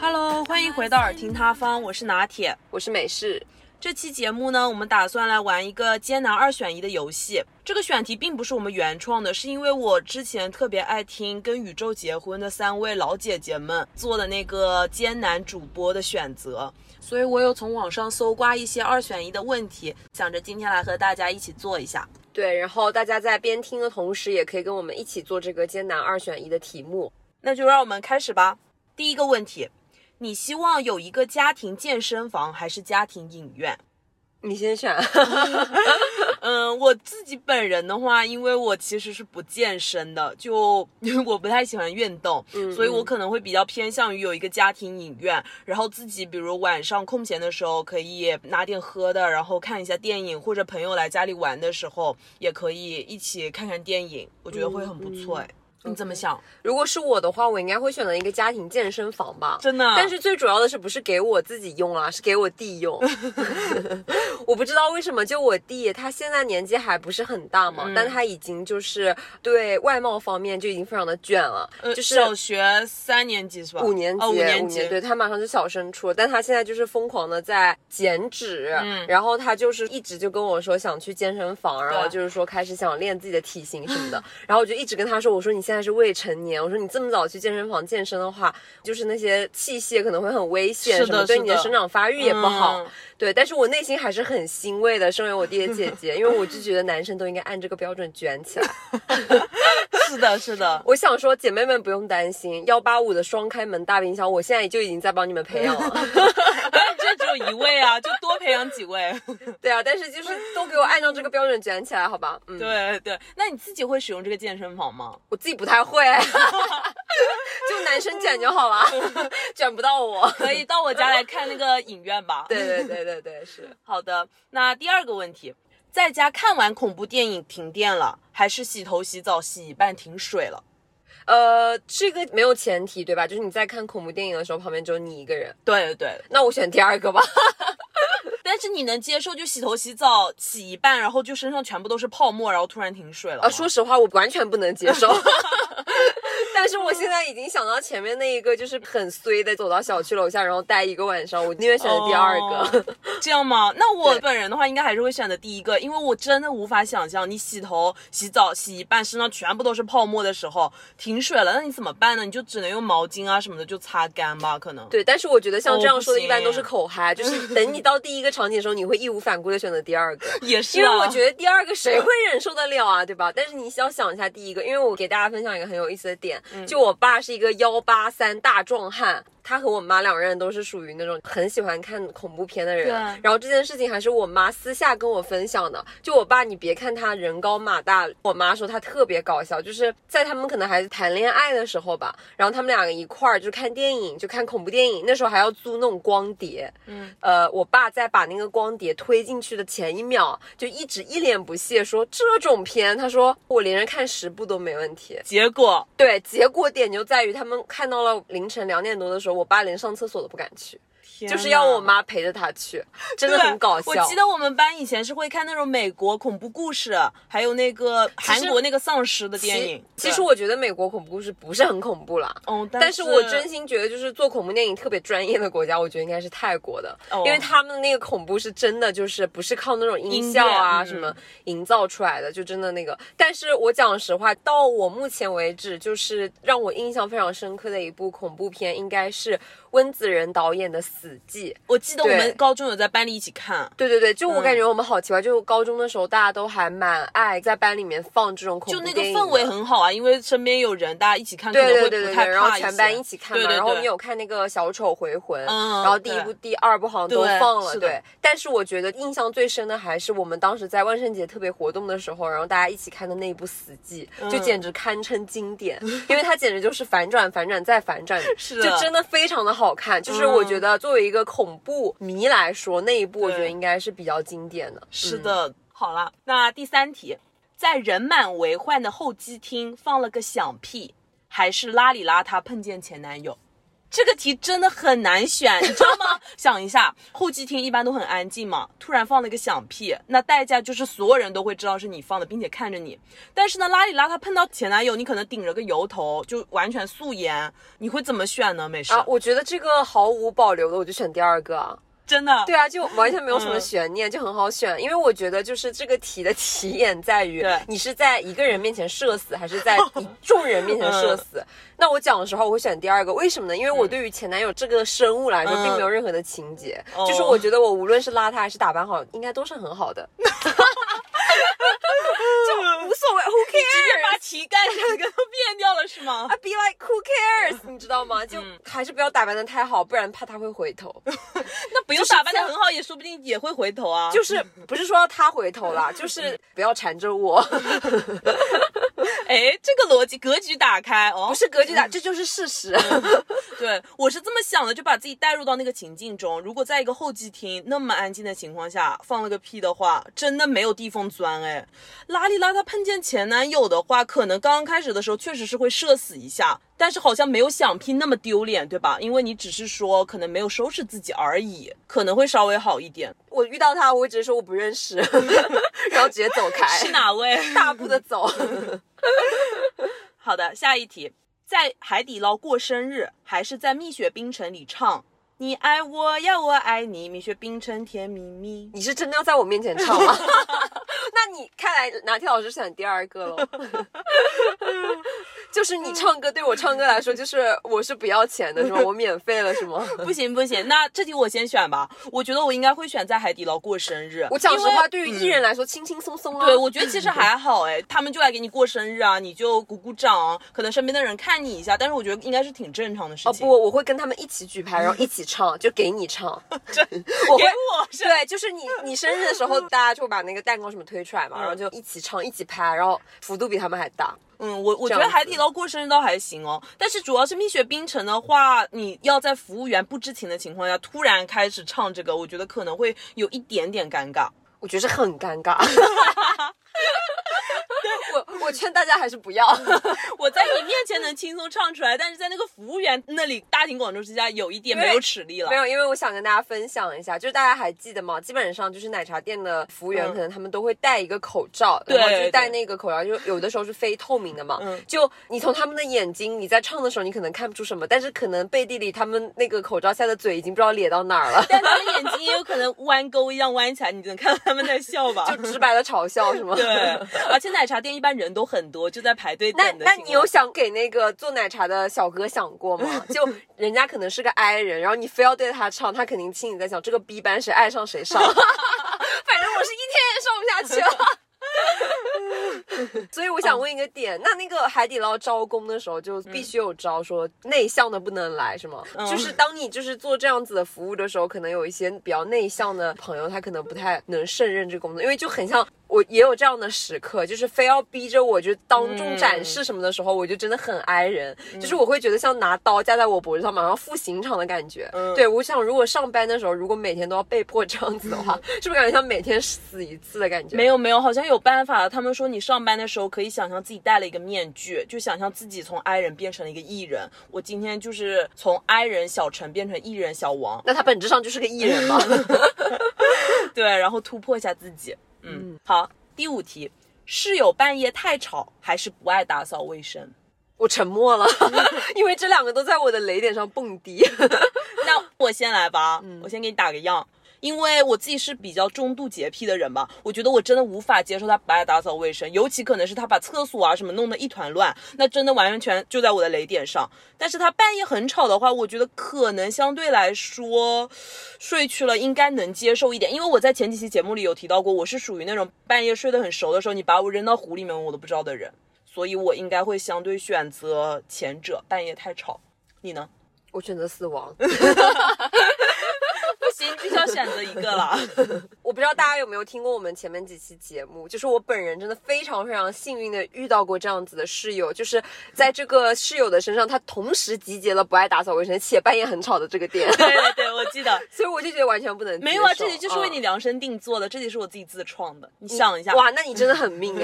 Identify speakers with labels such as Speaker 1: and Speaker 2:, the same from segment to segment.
Speaker 1: Hello，欢迎回到耳听他方，我是拿铁。
Speaker 2: 我是美式，
Speaker 1: 这期节目呢，我们打算来玩一个艰难二选一的游戏。这个选题并不是我们原创的，是因为我之前特别爱听《跟宇宙结婚》的三位老姐姐们做的那个艰难主播的选择，所以我有从网上搜刮一些二选一的问题，想着今天来和大家一起做一下。
Speaker 2: 对，然后大家在边听的同时，也可以跟我们一起做这个艰难二选一的题目。
Speaker 1: 那就让我们开始吧。第一个问题，你希望有一个家庭健身房还是家庭影院？
Speaker 2: 你先选，
Speaker 1: 嗯，我自己本人的话，因为我其实是不健身的，就 我不太喜欢运动，
Speaker 2: 嗯
Speaker 1: 所以我可能会比较偏向于有一个家庭影院，然后自己比如晚上空闲的时候可以拿点喝的，然后看一下电影，或者朋友来家里玩的时候也可以一起看看电影，我觉得
Speaker 2: 嗯
Speaker 1: 会很不错哎。你怎么想？
Speaker 2: 如果是我的话，我应该会选择一个家庭健身房吧。
Speaker 1: 真的
Speaker 2: 但是最主要的是不是给我自己用啊，是给我 弟用。我不知道为什么，就我弟他现在年纪还不是很大
Speaker 1: 嗯
Speaker 2: 嘛，但他已经就是对外貌方面就已经非常的卷了，
Speaker 1: 呃
Speaker 2: 就是
Speaker 1: 小学三年级是吧？
Speaker 2: 五年级，
Speaker 1: 哦，五年级，
Speaker 2: 级，对他马上就小升初了，但他现在就是疯狂的在减脂，
Speaker 1: 嗯
Speaker 2: 然后他就是一直就跟我说想去健身房，然后
Speaker 1: 对
Speaker 2: 就是说开始想练自己的体型什么的，然后我就一直跟他说，我说你现在是未成年，我说你这么早去健身房健身的话，就是那些器械可能会很危险，
Speaker 1: 是的
Speaker 2: 什么对
Speaker 1: 是
Speaker 2: 你的
Speaker 1: 的
Speaker 2: 生长发育也不好，
Speaker 1: 嗯
Speaker 2: 对，但是我内心还是很欣慰的，身为 我弟的姐姐，因为我就觉得男生都应该按这个标准卷起来。
Speaker 1: 是的，是的。
Speaker 2: 我想说，姐妹们不用担心，幺八五的双开门大冰箱，我现在就已经在帮你们培养了。
Speaker 1: 但这只有一位啊，就多培养几位。
Speaker 2: 对啊，但是就是都给我按照这个标准卷起来，好吧？嗯，
Speaker 1: 对对，那你自己会使用这个健身房 吗？
Speaker 2: 我自己不太会，就男生卷就好了， 卷不到我。
Speaker 1: 可以到我家来看那个影院吧。
Speaker 2: 对，对对对对，是。
Speaker 1: 好的。那第二个问题，在家看完恐怖电影停电了，还是洗头洗澡洗一半停水了？
Speaker 2: 呃，这个没有前提对吧？就是你在看恐怖电影的时候，旁边只有你一个人。
Speaker 1: 对对，
Speaker 2: 那我选第二个吧。
Speaker 1: 但是你能接受就洗头洗澡洗一半，然后就身上全部都是泡沫，然后突然停水了吗？
Speaker 2: 啊，说实话，我完全不能接 受。但是我现在已经想到前面那一个，就是很衰的走到小区楼下，然后待一个晚上，我宁愿选择第二个。
Speaker 1: 哦这样吗？那我
Speaker 2: 对
Speaker 1: 本人的话，应该还是会选择第一个，因为我真的无法想象你洗头、洗澡洗一半，身上全部都是泡沫的时候停水了，那你怎么办呢？你就只能用毛巾啊什么的就擦干吧，可能。
Speaker 2: 对，但是我觉得像这样说
Speaker 1: 哦
Speaker 2: 的，
Speaker 1: 不行
Speaker 2: 一般都是口嗨，就是等你到第一个场景的时候，你会义无反顾的选择第二个，
Speaker 1: 也是、啊，
Speaker 2: 因为我觉得第二个谁会忍受得了啊， 对吧？但是你要想一下第一个，因为我给大家分享一个很有意思的点，
Speaker 1: 嗯
Speaker 2: 就我爸是一个幺八三大壮汉。他和我妈两个人都是属于那种很喜欢看恐怖片的人
Speaker 1: 对，
Speaker 2: 然后这件事情还是我妈私下跟我分享的。就我爸，你别看他人高马大，我妈说他特别搞笑，就是在他们可能还谈恋爱的时候吧，然后他们两个一块儿就看电影，就看恐怖电影，那时候还要租那种光碟，
Speaker 1: 嗯
Speaker 2: 呃，我爸在把那个光碟推进去的前一秒，就一直一脸不屑说这种片，他说我连着看十部都没问题。
Speaker 1: 结果
Speaker 2: 对，结果点就在于他们看到了凌晨两点多的时候，我爸连上厕所都不敢去，就是要我。妈陪着他去，真
Speaker 1: 天
Speaker 2: 的
Speaker 1: 哪
Speaker 2: 很搞
Speaker 1: 对
Speaker 2: 笑
Speaker 1: 我。记得我们班以前是会看那种美国恐怖故事，还有那个
Speaker 2: 其实
Speaker 1: 韩国那个丧尸的电
Speaker 2: 其
Speaker 1: 影。
Speaker 2: 其
Speaker 1: 对
Speaker 2: 实，我觉得美国恐怖故事不是很恐怖啦。
Speaker 1: 哦，
Speaker 2: 但是我真心觉得，就是做恐怖电影特别专业的国家，我觉得应该是泰国的，
Speaker 1: 哦
Speaker 2: 因为他们的那个恐怖是真的，就是不是靠那种音效
Speaker 1: 音
Speaker 2: 啊
Speaker 1: 乐嗯
Speaker 2: 什么营造出来的，就真的那个。但是我讲实话，到我目前为止，就是让我印象非常深刻的一部恐怖片，应该是温子仁导演的《死寂》。
Speaker 1: 我记得我们
Speaker 2: 对
Speaker 1: 高中有在班里一起看，
Speaker 2: 对对对，就
Speaker 1: 嗯
Speaker 2: 我感觉我们好奇怪，就高中的时候大家都还蛮爱在班里面放这种恐
Speaker 1: 就
Speaker 2: 怖
Speaker 1: 那个
Speaker 2: 电影
Speaker 1: 氛围
Speaker 2: 的
Speaker 1: 很好啊，因为身边有人，大家一起看可
Speaker 2: 对
Speaker 1: 能
Speaker 2: 对
Speaker 1: 会
Speaker 2: 对对
Speaker 1: 不
Speaker 2: 对，
Speaker 1: 太
Speaker 2: 然后
Speaker 1: 怕
Speaker 2: 全班一起看嘛，
Speaker 1: 对对
Speaker 2: 然后你
Speaker 1: 对
Speaker 2: 有看那个《小丑回魂》，
Speaker 1: 嗯
Speaker 2: 然后第一
Speaker 1: 对
Speaker 2: 部、第二部好像都
Speaker 1: 对
Speaker 2: 放了，
Speaker 1: 是的
Speaker 2: 对。但是我觉得印象最深的还是我们当时在万圣节特别活动的时候，然后大家一起看的那一部《死寂》，
Speaker 1: 嗯
Speaker 2: 就简直堪称 经典，因为它简直就是反转、反转再反转，
Speaker 1: 是嗯
Speaker 2: 就真的非常的好看。就是我觉得作为一个恐怖迷来说，那一部我觉得
Speaker 1: 对
Speaker 2: 应该是比较经典的。
Speaker 1: 是的。好了，那第三题，在人满为患的候机厅放了个响屁，还是邋里邋遢碰见前男友？这个题真的很难选，你知道吗？ 想一下，候机厅一般都很安静嘛，突然放了一个响屁，那代价就是所有人都会知道是你放的，并且看着你。但是呢，邋里邋遢碰到前男友，你可能顶着个油头，就完全素颜，你会怎么选呢？美式、
Speaker 2: 啊，我觉得这个毫无保留的，我就选第二个啊。
Speaker 1: 真的，
Speaker 2: 对啊，就完全没有什么
Speaker 1: 嗯
Speaker 2: 悬念，就很好选。因为我觉得就是这个题的题眼在于
Speaker 1: 对，
Speaker 2: 你是在一个人面前社死，还是在一众人面前
Speaker 1: 嗯
Speaker 2: 社死？那我讲的时候，我会选第二个，为什么呢？因为我对于前男友这个生物来说，
Speaker 1: 嗯
Speaker 2: 并没有任何的情节，
Speaker 1: 哦
Speaker 2: 就是我觉得我无论是邋遢还是打扮好，应该都是很好的， 就无所谓，Who
Speaker 1: 直
Speaker 2: cares？
Speaker 1: 接把题干整个都变掉了是吗？
Speaker 2: I be like who cares，你知道吗？就
Speaker 1: 嗯
Speaker 2: 还是不要打扮的太好，不然怕他会回头。
Speaker 1: 那不用打扮的很好，也说不定也会回头啊。
Speaker 2: 就是不是说他回头啦，就是 不要缠着我，
Speaker 1: 哎，这个逻辑格局打开哦，
Speaker 2: 不是格局大，这就是事实。
Speaker 1: 对，我是这么想的，就把自己带入到那个情境中。如果在一个候机厅那么安静的情况下放了个屁的话，真的没有地缝钻哎。拉里拉他碰见前男友的话，可能刚刚开始的时候确实是会社死一下，但是好像没有响屁那么丢脸，对吧？因为你只是说可能没有收拾自己而已，可能会稍微好一点。
Speaker 2: 我遇到他，我会直接说我不认 识，然后直接走开，
Speaker 1: 是哪位？
Speaker 2: 大步的走。
Speaker 1: 好的，下一题，在海底捞过生日，还是在蜜雪冰城里唱“你爱我呀，我爱你”，蜜雪冰城甜蜜蜜。
Speaker 2: 你是真的要在我面前唱吗？ 那你看来拿铁老师选第二个喽。 就是你唱歌对我唱歌来说，就是我是不要钱的是吗？我免费了是吗？
Speaker 1: 不行不行，那这题我先选吧。我觉得我应该会选在海底捞过生日。
Speaker 2: 我讲实话，对
Speaker 1: 于
Speaker 2: 于艺人来说，轻轻松松啊。
Speaker 1: 对，我觉得其实还好哎，他们就来给你过生日啊，你就鼓鼓掌，可能身边的人看你一下，但是我觉得应该是挺正常的事
Speaker 2: 哦
Speaker 1: 情。
Speaker 2: 不，，我会跟他们一起举牌，然后一起唱，就给你唱。我
Speaker 1: 给
Speaker 2: 会。
Speaker 1: 我是
Speaker 2: 对，就是你，你生日的时候，大家就把那个蛋糕什么推出来嘛，然后就一起唱，一起拍，然后幅度比他们还大。
Speaker 1: 嗯，我我
Speaker 2: 这
Speaker 1: 觉得
Speaker 2: 样
Speaker 1: 海底捞过生日倒还行哦，但是主要是蜜雪冰城的话，你要在服务员不知情的情况下突然开始唱这个，我觉得可能会有一点点尴尬。
Speaker 2: 我觉得是很尴尬。 我我劝大家还是不要。
Speaker 1: 我在你面前能轻松唱出来，但是在那个服务员那里大庭广众之下有一点没有齿力了
Speaker 2: 没。有，因为我想跟大家分享一下，就是大家还记得吗？基本上就是奶茶店的服务员，
Speaker 1: 嗯
Speaker 2: 可能他们都会戴一个口罩，
Speaker 1: 对
Speaker 2: 然后就是戴那个口罩，就有的时候是非透明的嘛。
Speaker 1: 嗯。
Speaker 2: 就你从他们的眼睛，你在唱的时候，你可能看不出什么，但是可能背地里他们那个口罩下的嘴已经不知道咧到哪儿了
Speaker 1: 但他的眼睛也有可能弯钩一样弯起来，你能看到他们在笑吧？
Speaker 2: 就直白的嘲笑是吗？
Speaker 1: 对，而且奶茶店一般人都很多，就在排队等
Speaker 2: 那
Speaker 1: 的情况。
Speaker 2: 那你有想给那个做奶茶的小哥想过吗？ 就人家可能是个 I 人，然后你非要对他唱，他肯定心里在想这个 B 班谁爱上谁上。 反正我是一天也上不下去了。所以我想
Speaker 1: 嗯
Speaker 2: 问一个点，那那个海底捞招工的时候就必须有招说内向的不能来是吗？
Speaker 1: 嗯
Speaker 2: 就是当你就是做这样子的服务的时候，可能有一些比较内向的朋友，他可能不太能胜任这个工作，因为就很像我也有这样的时刻，就是非要逼着我就当众展示什么的时候，我就真的很挨人，
Speaker 1: 嗯
Speaker 2: 就是我会觉得像拿刀架在我脖子上，马上赴刑场的感觉。
Speaker 1: 嗯
Speaker 2: 对，我想如果上班的时候，如果每天都要被迫这样子的话，是不是感觉像每天死一次的感觉？
Speaker 1: 嗯没有没有，好像有办法。他们说你上班的时候可以想象自己戴了一个面具，就想象自己从 I 人变成了一个 E 人。我今天就是从 I 人小陈变成 E 人小 王，
Speaker 2: 那他本质上就是个艺人嘛。
Speaker 1: 对，然后突破一下自己。嗯，好，第五题，室友半夜太吵还是不爱打扫卫生？
Speaker 2: 我沉 默了，因为这两个都在我的雷点上蹦迪。
Speaker 1: 那我先来吧，我先给你打个样。因为我自己是比较中度洁癖的人吧，我觉得我真的无法接受他不爱打扫卫生，尤其可能是他把厕所啊什么弄得一团乱，那真的完全就在我的雷点上。但是他半夜很吵的话，我觉得可能相对来说，睡去了应该能接受一点，因为我在前几期节目里有提到过，我是属于那种半夜睡得很熟的时候，你把我扔到湖里面我都不知道的人，所以我应该会相对选择前者，半夜太吵。你 呢？
Speaker 2: 我选择死亡。
Speaker 1: 不行，必须要选择一个了。
Speaker 2: 我不知道大家有没有听过我们前面几期节目，就是我本人真的非常非常幸运的遇到过这样子的室友，就是在这个室友的身上，他同时集结了不爱打扫卫生且半夜很吵的这 个点，
Speaker 1: 对对对，我记得
Speaker 2: 所以我就觉得完全不能接受
Speaker 1: 没有啊，这里就是为你
Speaker 2: 嗯
Speaker 1: 量身定做的，这里是我自己自创的。你想一下，
Speaker 2: 哇，那你真的很命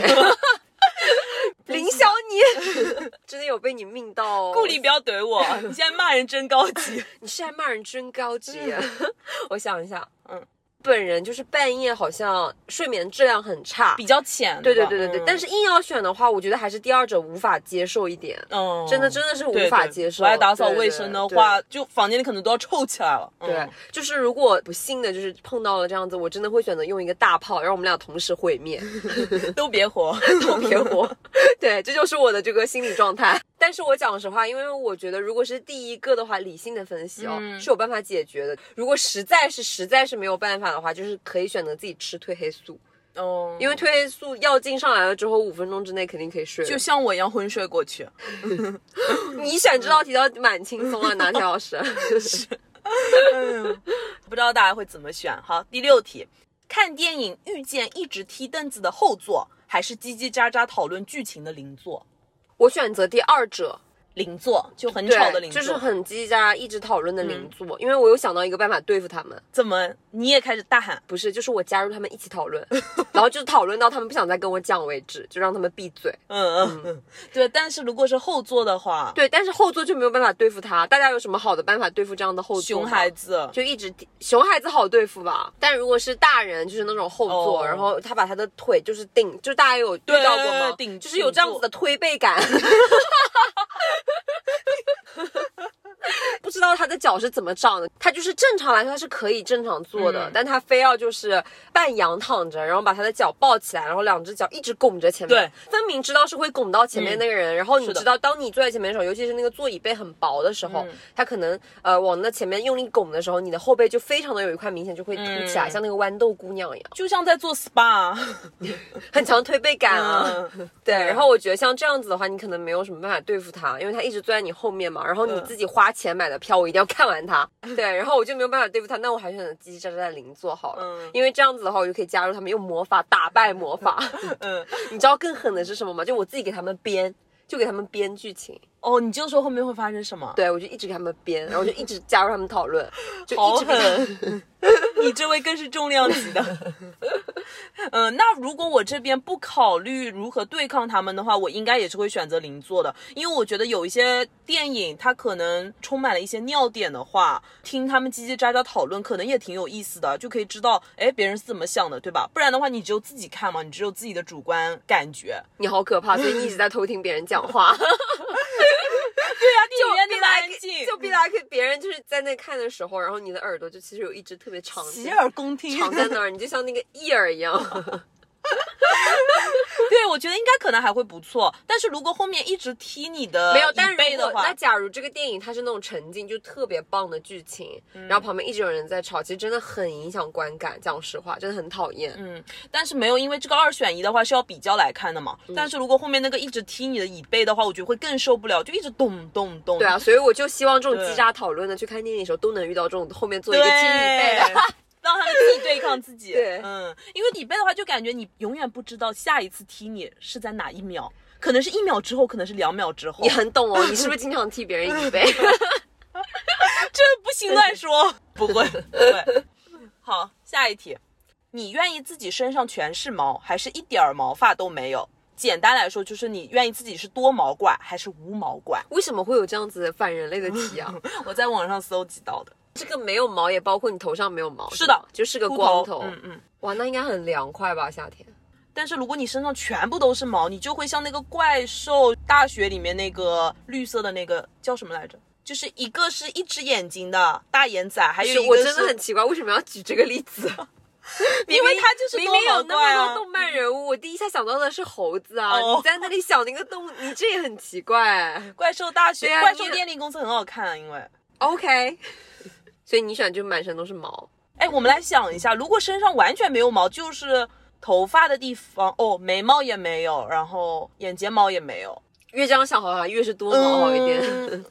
Speaker 2: 哎、林小 你真的有被你命到哦！
Speaker 1: 顾里不要怼 我，你现在骂人真高级。
Speaker 2: 你是在骂人真高级、啊。 我想一下，
Speaker 1: 嗯，
Speaker 2: 本人就是半夜好像睡眠质量很差，
Speaker 1: 比较浅。嗯
Speaker 2: 对对对对对，但
Speaker 1: 是
Speaker 2: 是硬要选的话，我觉得还是第二者无法接受一点，
Speaker 1: 嗯，
Speaker 2: 真的真的是无
Speaker 1: 对
Speaker 2: 法
Speaker 1: 对
Speaker 2: 接受。
Speaker 1: 不爱打扫
Speaker 2: 对对
Speaker 1: 卫生的
Speaker 2: 对
Speaker 1: 话，就房间里可能都要臭起来了。嗯
Speaker 2: 对，就是如果不幸的就是碰到了这样子，我真的会选择用一个大炮让我们俩同时毁灭，
Speaker 1: 都别 活。
Speaker 2: 都别活。对，这就是我的这个心理状态。但是我讲实话，因为我觉得如果是第一个的话，理性的分析哦、
Speaker 1: 嗯
Speaker 2: 是有办法解决的。如果实在是实在是没有办法的话，就是可以选择自己吃褪黑素，
Speaker 1: 嗯，
Speaker 2: 因为褪黑素药劲上来了之后，五分钟之内肯定可以睡了。
Speaker 1: 就像我一样昏睡过去。
Speaker 2: 你选这道
Speaker 1: 嗯
Speaker 2: 题倒蛮轻 松啊，拿铁老师。
Speaker 1: 不知道大家会怎么选。好，第六题，看电影遇见一直踢凳子的后座，还是叽叽喳喳讨论剧情的邻座？
Speaker 2: 我选择第二者，
Speaker 1: 邻座就很
Speaker 2: 对
Speaker 1: 吵的邻座，嗯
Speaker 2: 就是很叽叽喳喳一直讨论的邻座，因为我有想到一个办法对付他们，
Speaker 1: 怎么你也开始大喊？
Speaker 2: 不是，就是我加入他们一起讨论，然后就讨论到他们不想再跟我讲为止，就让他们闭嘴。
Speaker 1: 嗯嗯，嗯对。但是如果是后座的话，
Speaker 2: 对，但是后座就没有办法对付他，大家有什么好的办法对付这样的后座吗？
Speaker 1: 熊孩子，
Speaker 2: 就一直熊孩子好对付吧，但如果是大人，就是那种后座，
Speaker 1: 哦
Speaker 2: 然后他把他的腿就是顶，就大家有遇到过吗？
Speaker 1: 对顶
Speaker 2: 就是有这样子的推 背感。不知道他的脚是怎么长的，他就是正常来说他是可以正常坐的，
Speaker 1: 嗯
Speaker 2: 但他非要就是半仰躺着，然后把他的脚抱起来，然后两只脚一直拱着前面，对，分明知道是会拱到前面那个人，然后你
Speaker 1: 嗯是的
Speaker 2: 知道当你坐在前面的时候，尤其是那个座椅背很薄的时候，
Speaker 1: 嗯
Speaker 2: 它可能呃往那前面用力拱的时候，你的后背就非常的有一块明显就会凸起来，
Speaker 1: 嗯
Speaker 2: 像那个豌豆姑娘一样，
Speaker 1: 就像在做 SPA。
Speaker 2: 很强推背感啊。
Speaker 1: 嗯
Speaker 2: 对，然后我觉得像这样子的话，你可能没有什么办法对付他，因为他一直坐在你后面嘛。然后你
Speaker 1: 嗯
Speaker 2: 自己花钱买的票，我一定要看完他。对，然后我就没有办法对付他，那我还是选择叽叽喳喳的邻座好了。
Speaker 1: 嗯
Speaker 2: 因为这样子的话，我就可以加入他们，用魔法打败魔法。
Speaker 1: 嗯，
Speaker 2: 你知道更狠的是什么吗？就我自己给他们编，就给他们编剧情。
Speaker 1: 哦，你就说后面会发生什么？
Speaker 2: 对，我就一直给他们编，然后就一直加入他们讨论，就
Speaker 1: 好
Speaker 2: 一直给他们。
Speaker 1: 狠！ 你这位更是重量级的。 嗯、那如果我这边不考虑如何对抗他们的话，我应该也是会选择邻座的，因为我觉得有一些电影它可能充满了一些尿点的话，听他们叽叽喳喳讨论，可能也挺有意思的，就可以知道哎别人是怎么想的，对吧？不然的话，你只有自己看嘛，你只有自己的主观感觉。
Speaker 2: 你好可怕，所以你一直在偷听别人讲 话。
Speaker 1: 对呀、啊，电
Speaker 2: 就
Speaker 1: 影院
Speaker 2: 比
Speaker 1: 那
Speaker 2: 拉
Speaker 1: 么
Speaker 2: 克
Speaker 1: 安静，
Speaker 2: 就比拉克，别人就是在那看的时候，然后你的耳朵就其实有一只特别长的，
Speaker 1: 洗耳呃恭听，
Speaker 2: 长在那儿，你就像那个一 耳一样。
Speaker 1: 对，我觉得应该可能还会不错，但是如果后面一直踢你的
Speaker 2: 没有，但
Speaker 1: 椅
Speaker 2: 是
Speaker 1: 背
Speaker 2: 如
Speaker 1: 的
Speaker 2: 果
Speaker 1: 话
Speaker 2: 那，假如这个电影它是那种沉浸就特别棒的剧情，
Speaker 1: 嗯
Speaker 2: 然后旁边一直有人在吵，其实真的很影响观感。讲实话，真的很讨厌。
Speaker 1: 嗯，但是没有，因为这个二选一的话是要比较来看的嘛。
Speaker 2: 嗯
Speaker 1: 但是如果后面那个一直踢你的椅背的话，我觉得会更受不了，就一直咚咚咚。
Speaker 2: 对啊，， 所以我就希望这种
Speaker 1: 对
Speaker 2: 叽喳讨论的，去看电影的时候都能遇到这种后面做
Speaker 1: 对，
Speaker 2: 一个亲椅背的。
Speaker 1: 让他们自己对抗自己。
Speaker 2: 对
Speaker 1: 嗯，因为椅背的话，就感觉你永远不知道下一次踢你是在哪一秒，可能是一秒之后，可能是两秒之后
Speaker 2: 你。很懂哦，你是不是经常踢别人椅 背？
Speaker 1: 这不行，乱说，不会，不会。 好，下一题，你愿意自己身上全是毛，还是一点儿毛发都没有？简单来说，就是你愿意自己是多毛怪还是无毛怪？
Speaker 2: 为什么会有这样子反人类的题啊？
Speaker 1: 我在网上搜集到的。
Speaker 2: 这个没有毛也包括你头上没有毛，
Speaker 1: 是
Speaker 2: 吧
Speaker 1: 的
Speaker 2: 就是个
Speaker 1: 秃
Speaker 2: 光
Speaker 1: 头，嗯嗯。
Speaker 2: 哇，那应该很凉快吧？夏天
Speaker 1: 但是如果你身上全部都是毛，你就会像那个怪兽大学里面那个绿色的那个叫什么来着？就是一个是一只眼睛的大眼仔，还有一
Speaker 2: 我
Speaker 1: 个
Speaker 2: 真的很奇怪，为什么要举这个例子？
Speaker 1: 因为它 就是
Speaker 2: 明
Speaker 1: 多
Speaker 2: 明有
Speaker 1: 毛
Speaker 2: 那
Speaker 1: 怪
Speaker 2: 么
Speaker 1: 啊
Speaker 2: 多。动漫人物，我第一下想到的是猴子啊！
Speaker 1: 哦
Speaker 2: 你在那里想那个动物，你这也很奇怪。
Speaker 1: 怪兽大学、
Speaker 2: 对啊
Speaker 1: 怪
Speaker 2: 你
Speaker 1: 兽
Speaker 2: 也
Speaker 1: 电力公司很好看、啊，因为。
Speaker 2: OK，所以你选就满身都是毛，
Speaker 1: 哎，我们来想一下，如果身上完全没有毛，就是头发的地方哦，眉毛也没有，然后眼睫毛也没有，
Speaker 2: 越这样想好像越是多毛好一点。
Speaker 1: 嗯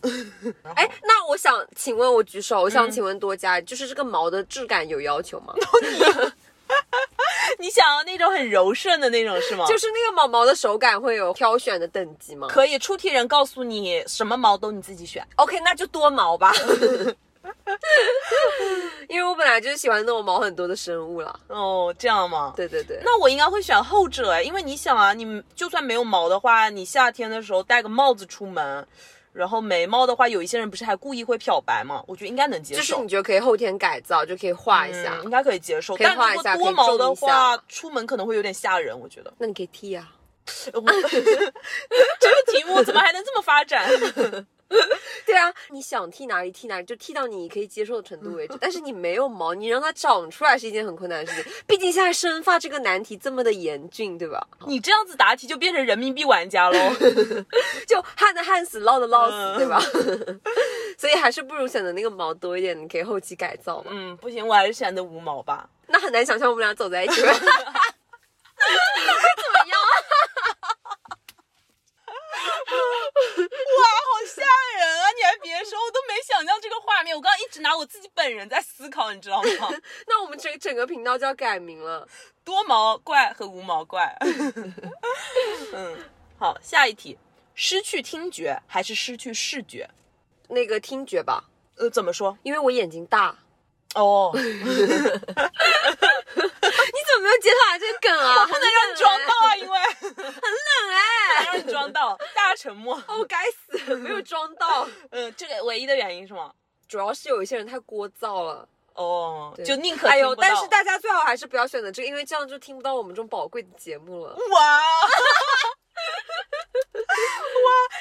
Speaker 2: 哎，那我想请问，我举手，我想请问多加，就是这个毛的质感有 要求 吗？
Speaker 1: 哦你想要那种很柔顺的那种是吗？
Speaker 2: 就是是那个毛毛的手感会有挑选的等级吗？
Speaker 1: 可以，出题人告诉你什么毛都你自己选。
Speaker 2: OK，那就多毛吧。 因为我本来就是喜欢那种毛很多的生物啦。
Speaker 1: 哦，这样吗？
Speaker 2: 对对对，
Speaker 1: 那我应该会选后者哎，因为你想啊，你就算没有毛的话，你夏天的时候戴个帽子出门，然后眉毛的话，有一些人不是还故意会漂白吗？我觉得应该能接
Speaker 2: 就是
Speaker 1: 受
Speaker 2: 你，觉得可以后天改造，就可以画一下
Speaker 1: 嗯，。应该可以接受。
Speaker 2: 可以
Speaker 1: 但
Speaker 2: 画
Speaker 1: 如
Speaker 2: 一
Speaker 1: 果
Speaker 2: 下
Speaker 1: 多毛的
Speaker 2: 可以种一
Speaker 1: 话
Speaker 2: 下，
Speaker 1: 出门可能会有点吓人，我觉 得。
Speaker 2: 那你可以剃啊，
Speaker 1: 我这个题目怎么还能这么发 展？
Speaker 2: 对啊，你想剃哪里剃哪里，就剃到你可以接受的程度为止。但是你没有毛，你让它长出来是一件很困难的事情。毕竟现在生发这个难题这么的严峻，对吧？
Speaker 1: 你这样子答题就变成人民币玩家喽。
Speaker 2: 就旱的旱死，涝的涝死，
Speaker 1: 嗯
Speaker 2: 对吧？ 所以还是不如选择那个毛多一点，你可以后期改造嘛。
Speaker 1: 嗯，不行，我还是选择无毛吧。
Speaker 2: 那很难想象我们俩走在一起吧？ 怎么样？
Speaker 1: 哇，好吓人啊！你还别说，我都没想象这个画面。我刚刚一直拿我自己本人在思考，你知道 吗？
Speaker 2: 那我们整整个频道就要改名了。
Speaker 1: 多毛怪和无毛怪。 嗯，好，下一题，失去听觉还是失去视觉？
Speaker 2: 那个听觉吧，
Speaker 1: 呃，怎么说？
Speaker 2: 因为我眼睛大。
Speaker 1: 哦，
Speaker 2: 你怎么没有接下来这个梗啊？我
Speaker 1: 不能让你 装 到啊，因为不
Speaker 2: 哎、
Speaker 1: 能让你装到，大家沉默。
Speaker 2: 哦，该死，没有装到。
Speaker 1: 嗯，这个唯一的原因是吗？
Speaker 2: 主要是有一些人太聒噪了，
Speaker 1: 哦，
Speaker 2: 对
Speaker 1: 就宁可
Speaker 2: 哎呦，
Speaker 1: 听不到
Speaker 2: 但是大家最好还是不要选择这个，因为这样就听不到我们这种宝贵的节目了。
Speaker 1: 哇哇，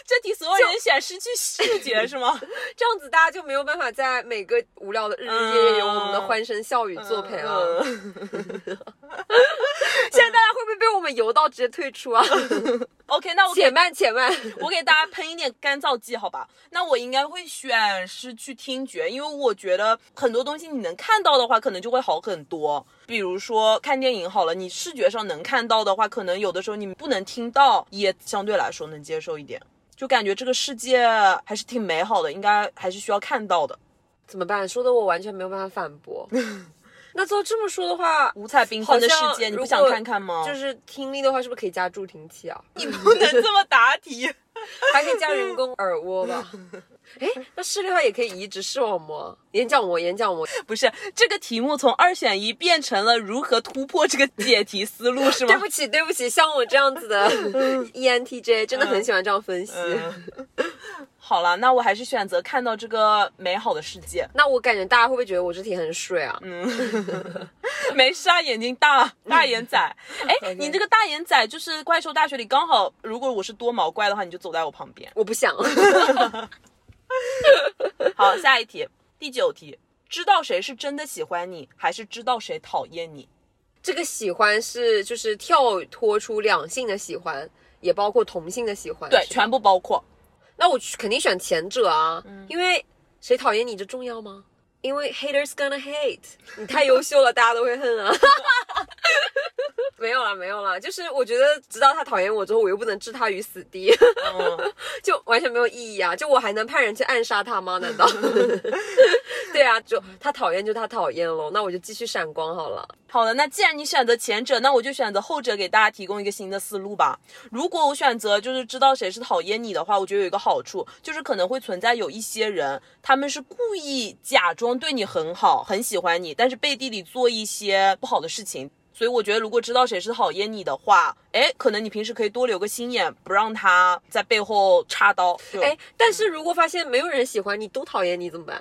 Speaker 1: 这题所有人选失去视觉是 吗？
Speaker 2: 这样子大家就没有办法在每个无聊的日日夜夜有我们的欢声笑语作陪啊了。
Speaker 1: 嗯
Speaker 2: 现在大家会不会被我们游到直接退出啊？
Speaker 1: OK，那我给
Speaker 2: 且慢且慢，
Speaker 1: 我给大家喷一点干燥剂，好吧？那我应该会选失去听觉，因为我觉得很多东西你能看到的话，可能就会好很多。比如说看电影好了，你视觉上能看到的话，可能有的时候你不能听到，也相对来说能接受一点。就感觉这个世界还是挺美好的，应该还是需要看到的，
Speaker 2: 怎么办？说的我完全没有办法反驳。 那照这么说的话，
Speaker 1: 五彩缤纷的世界，你不想看看吗？
Speaker 2: 就是听力的话，是不是可以加助听器啊？
Speaker 1: 你不能这么答题。
Speaker 2: 还可以加人工耳蜗吧？哎，那视力的话也可以移植视网膜、眼角膜、眼角膜。
Speaker 1: 不是这个题目从二选一变成了如何突破这个解题思路，是吗？
Speaker 2: 对不起，对不起，像我这样子的 E ENTJ 真的很喜欢这样分析。
Speaker 1: 嗯好了，那我还是选择看到这个美好的世界。
Speaker 2: 那我感觉大家会不会觉得我这题很水啊？
Speaker 1: 没事啊，眼睛大，大眼仔。哎，
Speaker 2: OK
Speaker 1: 你这个大眼仔就是怪兽大学里刚好，如果我是多毛怪的话，你就走在我旁 边。
Speaker 2: 我不想。
Speaker 1: 好，下一题，第九题，知道谁是真的喜欢你，还是知道谁讨厌你？
Speaker 2: 这个喜欢是就是跳脱出两性的喜欢，也包括同性的喜欢。
Speaker 1: 对，
Speaker 2: 是吧
Speaker 1: 全部包括。
Speaker 2: 那我肯定选前者啊，
Speaker 1: 嗯
Speaker 2: 因为谁讨厌你这重要吗？因为 haters gonna hate，你太优秀了，大家都会恨啊。 没有啦，没有啦，就是我觉得直到他讨厌我之后，我又不能置他于死地，
Speaker 1: 嗯，
Speaker 2: 就完全没有意义啊！就我还能派人去暗杀他吗？难道？ 对啊，就他讨厌就他讨厌咯，那我就继续闪光好了。
Speaker 1: 好了，那既然你选择前者，那我就选择后者，给大家提供一个新的思路吧。如果我选择就是知道谁是讨厌你的话，我觉得有一个好处，就是可能会存在有一些人，他们是故意假装对你很好，很喜欢你，但是背地里做一些不好的事情。所以我觉得，如果知道谁是讨厌你的话，哎，可能你平时可以多留个心眼，不让他在背后插刀。就
Speaker 2: 哎，，但是如果发现没有人喜欢你，都讨厌你怎 么办？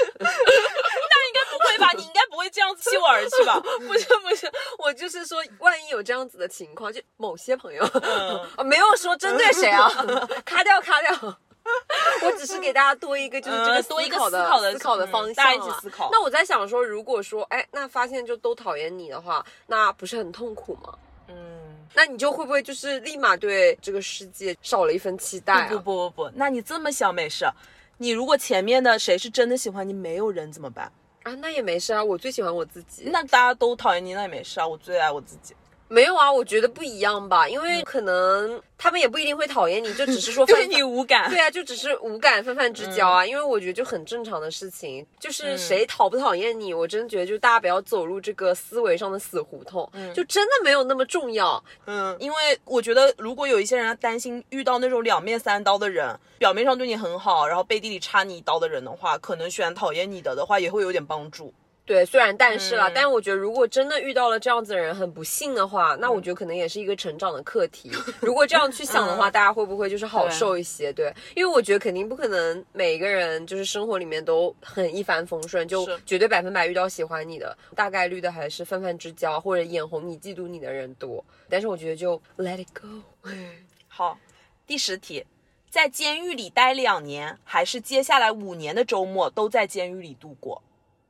Speaker 1: 应该不会吧？你应该不会这样弃我而去吧？
Speaker 2: 不是不是，我就是说，万一有这样子的情况，就某些朋友，
Speaker 1: 嗯
Speaker 2: 啊没有说针对 谁啊，咔掉咔掉。我只是给大家多一个，就是这个
Speaker 1: 嗯多一个
Speaker 2: 呃思考的
Speaker 1: 思考的嗯
Speaker 2: 的方向、啊
Speaker 1: 大家一起思考
Speaker 2: 那我在想说，如果说，哎，那发现就都讨厌你的话，那不是很痛苦吗？
Speaker 1: 嗯。
Speaker 2: 那你就会不会就是立马对这个世界少了一份期待、啊？
Speaker 1: 不不不不，那你这么想没事。你如果前面的谁是真的喜欢你，没有人怎么办？
Speaker 2: 啊，那也没事啊，我最喜欢我自己。
Speaker 1: 那大家都讨厌你，那也没事啊。我最爱我自己。
Speaker 2: 没有啊，我觉得不一样吧，
Speaker 1: 嗯
Speaker 2: 因为可能他们也不一定会讨厌你，就只 是说
Speaker 1: 对
Speaker 2: 泛泛
Speaker 1: 你无感。嗯
Speaker 2: 对啊，就只是无感泛泛之交啊，因为我觉得就很正常的事情，就是谁讨不讨厌你，我真觉得就大家不要走入这个思维上的死胡同，就真的没有那么重要。
Speaker 1: 嗯，因为我觉得如果有一些人他担心遇到那种两面三刀的人，表面上对你很好，然后背地里插你一刀的人的话，可能选讨厌你的的话也会有点帮助。
Speaker 2: 对，虽然但是啦，但我觉得如果真的遇到了这样子的人，很不幸的话，那我觉得可能也是一个成长的课题。如果这样去想的话，大家会不会就是好受一些？嗯对，因为我觉得肯定不可能每个人就是生活里面都很一帆风顺，就是绝对百分百遇到喜欢你的，大概率的还是泛泛之交或者眼红你、嫉妒你的人多。但是我觉得就 let it go。
Speaker 1: 好，第十题，在监狱里待两年，还是接下来五年的周末都在监狱里度过？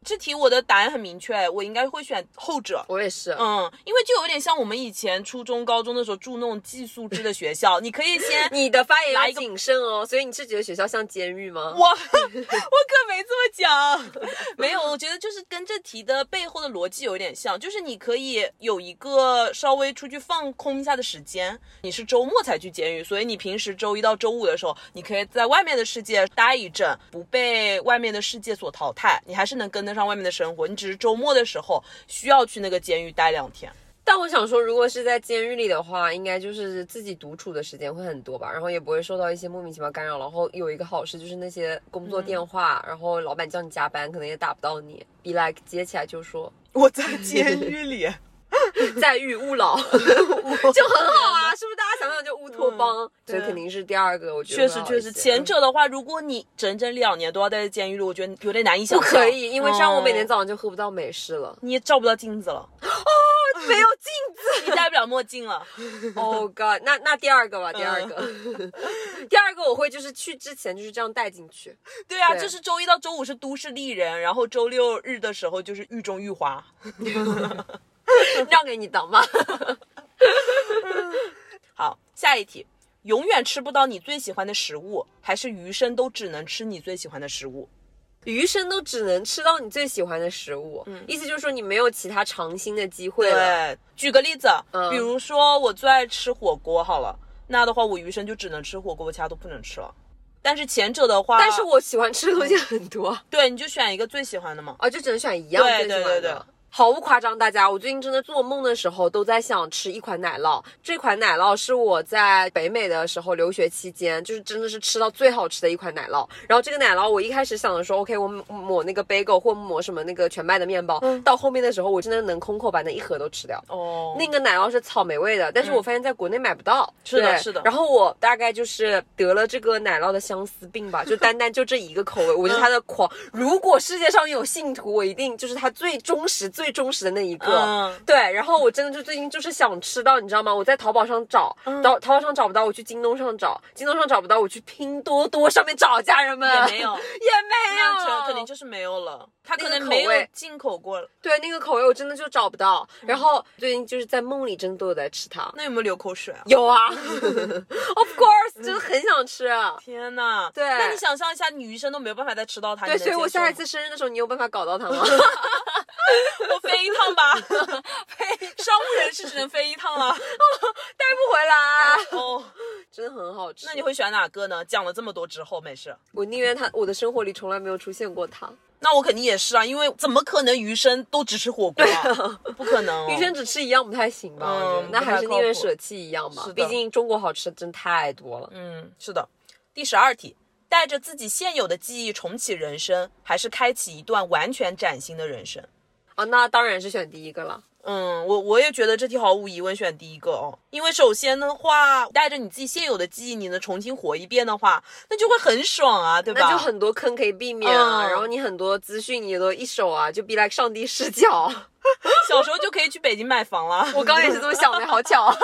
Speaker 1: 这题我的答案很明确，我应该会选后者。
Speaker 2: 我也是，
Speaker 1: 嗯，因为就有点像我们以前初中、高中的时候住那种寄宿制的学校，你可以先
Speaker 2: 你的发言
Speaker 1: 来一
Speaker 2: 要
Speaker 1: 个
Speaker 2: 谨慎哦。所以你是觉得学校像监狱吗？
Speaker 1: 我我可没这么讲，没有，我觉得就是跟这题的背后的逻辑有点像，就是你可以有一个稍微出去放空一下的时间，你是周末才去监狱，所以你平时周一到周五的时候，你可以在外面的世界待一阵，不被外面的世界所淘汰，你还是能跟得上外面的生活，你只是周末的时候需要去那个监狱待两天。
Speaker 2: 但我想说，如果是在监狱里的话，应该就是自己独处的时间会很多吧，然后也不会受到一些莫名其妙干扰。然后有一个好事就是那些工
Speaker 1: 嗯
Speaker 2: 作电话，然后老板叫你加班，可能也打不到你。Be like 接起来就说
Speaker 1: 我在监狱 里，
Speaker 2: 在狱勿扰， 就很好啊，是不是？大家想想就乌托邦，所以
Speaker 1: 嗯对
Speaker 2: 肯定是第二个，我觉
Speaker 1: 确
Speaker 2: 得
Speaker 1: 实
Speaker 2: 会好
Speaker 1: 确
Speaker 2: 一
Speaker 1: 实，
Speaker 2: 些
Speaker 1: 前者的话，如果你整整两年都要待在监狱里，我觉得有点难以想
Speaker 2: 不
Speaker 1: 象。
Speaker 2: 可以，因为这样我每
Speaker 1: 嗯
Speaker 2: 天早上就喝不到美式 了，
Speaker 1: 你也照不到镜子了，
Speaker 2: 没有 镜
Speaker 1: 你戴不了墨镜了。
Speaker 2: 子。Oh god，那那第二个吧，第
Speaker 1: 嗯
Speaker 2: 二个， 第二个我会就是去之前就是这样带进 去。
Speaker 1: 对啊，
Speaker 2: 对
Speaker 1: 就是周一到周五是都市丽人，然后周六日的时候就是狱中狱花。
Speaker 2: 让给你当吧。
Speaker 1: 好，下一题，永远吃不到你最喜欢的食物，还是余生都只能吃你最喜欢的食物？
Speaker 2: 余生都只能吃到你最喜欢的食物，意思就是说你没有其他尝新的机会了。
Speaker 1: 对，举个例子，
Speaker 2: 嗯
Speaker 1: 比如说我最爱吃火锅，好了，那的话我余生就只能吃火锅，我其他都不能吃了。但是前者的话，
Speaker 2: 但是我喜欢吃的东西很多
Speaker 1: 对你就选一个最喜欢的嘛。
Speaker 2: 嗯啊，就只能选一样
Speaker 1: 对
Speaker 2: 最喜欢的。
Speaker 1: 对对对
Speaker 2: 毫不夸张，大家，我最近真的做梦的时候都在想吃一款奶酪。这款奶酪是我在北美的时候留学期间，就是真的是吃到最好吃的一款奶酪。然后这个奶酪，我一开始想的说，OK，我抹抹那个 bagel 或抹什么那个全麦的面包，到后面的时候，我真的能空口把那一盒都吃掉。
Speaker 1: 哦
Speaker 2: 那个奶酪是草莓味的，但是我发现在国内买不到。
Speaker 1: 嗯是的
Speaker 2: 对
Speaker 1: 是的
Speaker 2: 然后我大概就是得了这个奶酪的相思 病吧，就单单就这一个口味，我是它的狂。如果世界上有信徒，我一定就是它最忠实、最忠实的那一个。
Speaker 1: 嗯
Speaker 2: 对，然后我真的就最近就是想吃到，你知道吗？我在淘宝上找，
Speaker 1: 嗯
Speaker 2: 淘淘宝上找不到，我去京东上找，京东上找不到，我去拼多多上面找，家人们
Speaker 1: 也没 有
Speaker 2: 也没有，
Speaker 1: 那肯定就是没有了，它可
Speaker 2: 那个
Speaker 1: 能
Speaker 2: 口
Speaker 1: 没有
Speaker 2: 味
Speaker 1: 进口过了。
Speaker 2: 对那个口味我真的就找不到。
Speaker 1: 嗯
Speaker 2: 然后最近就是在梦里真的都有在吃它。
Speaker 1: 那有没有流口水啊？
Speaker 2: 有啊 ，Of course，真的很想吃。啊
Speaker 1: 天呐，
Speaker 2: 对
Speaker 1: 那你想象一下，你余生都没有办法再吃到它。
Speaker 2: 对，
Speaker 1: 你能
Speaker 2: 所以我
Speaker 1: 接受
Speaker 2: 下一
Speaker 1: 吗
Speaker 2: 次生日的时候，你有办法搞到它 吗？
Speaker 1: 我飞一趟吧， 飞商务人士只能飞一趟了。
Speaker 2: 带不回 来，啊
Speaker 1: 哦，
Speaker 2: 真的很好吃。
Speaker 1: 那你会选哪个呢？讲了这么多之后，没事。
Speaker 2: 我宁愿它，我的生活里从来没有出现过它。
Speaker 1: 那我肯定也是啊，因为怎么可能余生都只吃火锅 啊？不可能、
Speaker 2: 余生只吃一样嗯不太行吧？
Speaker 1: 嗯
Speaker 2: 我觉得那
Speaker 1: 不太
Speaker 2: 还是宁愿
Speaker 1: 靠谱
Speaker 2: 舍弃一样吧
Speaker 1: 是的。
Speaker 2: 毕竟中国好吃的真太多了。
Speaker 1: 嗯，是的。第十二题，带着自己现有的记忆重启人生，还是开启一段完全崭新的人生？
Speaker 2: 啊，那当然是选第一个了。
Speaker 1: 嗯，我我也觉得这题毫无疑问选第一个哦，因为首先的话，带着你自己现有的记忆，你能重新活一遍的话，那就会很爽啊，对吧？
Speaker 2: 那就很多坑可以避免啊，
Speaker 1: 嗯
Speaker 2: 然后你很多资讯你都一手啊，就 be like 上帝视角。
Speaker 1: 小时候就可以去北京买房了，
Speaker 2: 我刚刚也是这么想的，好 巧。啊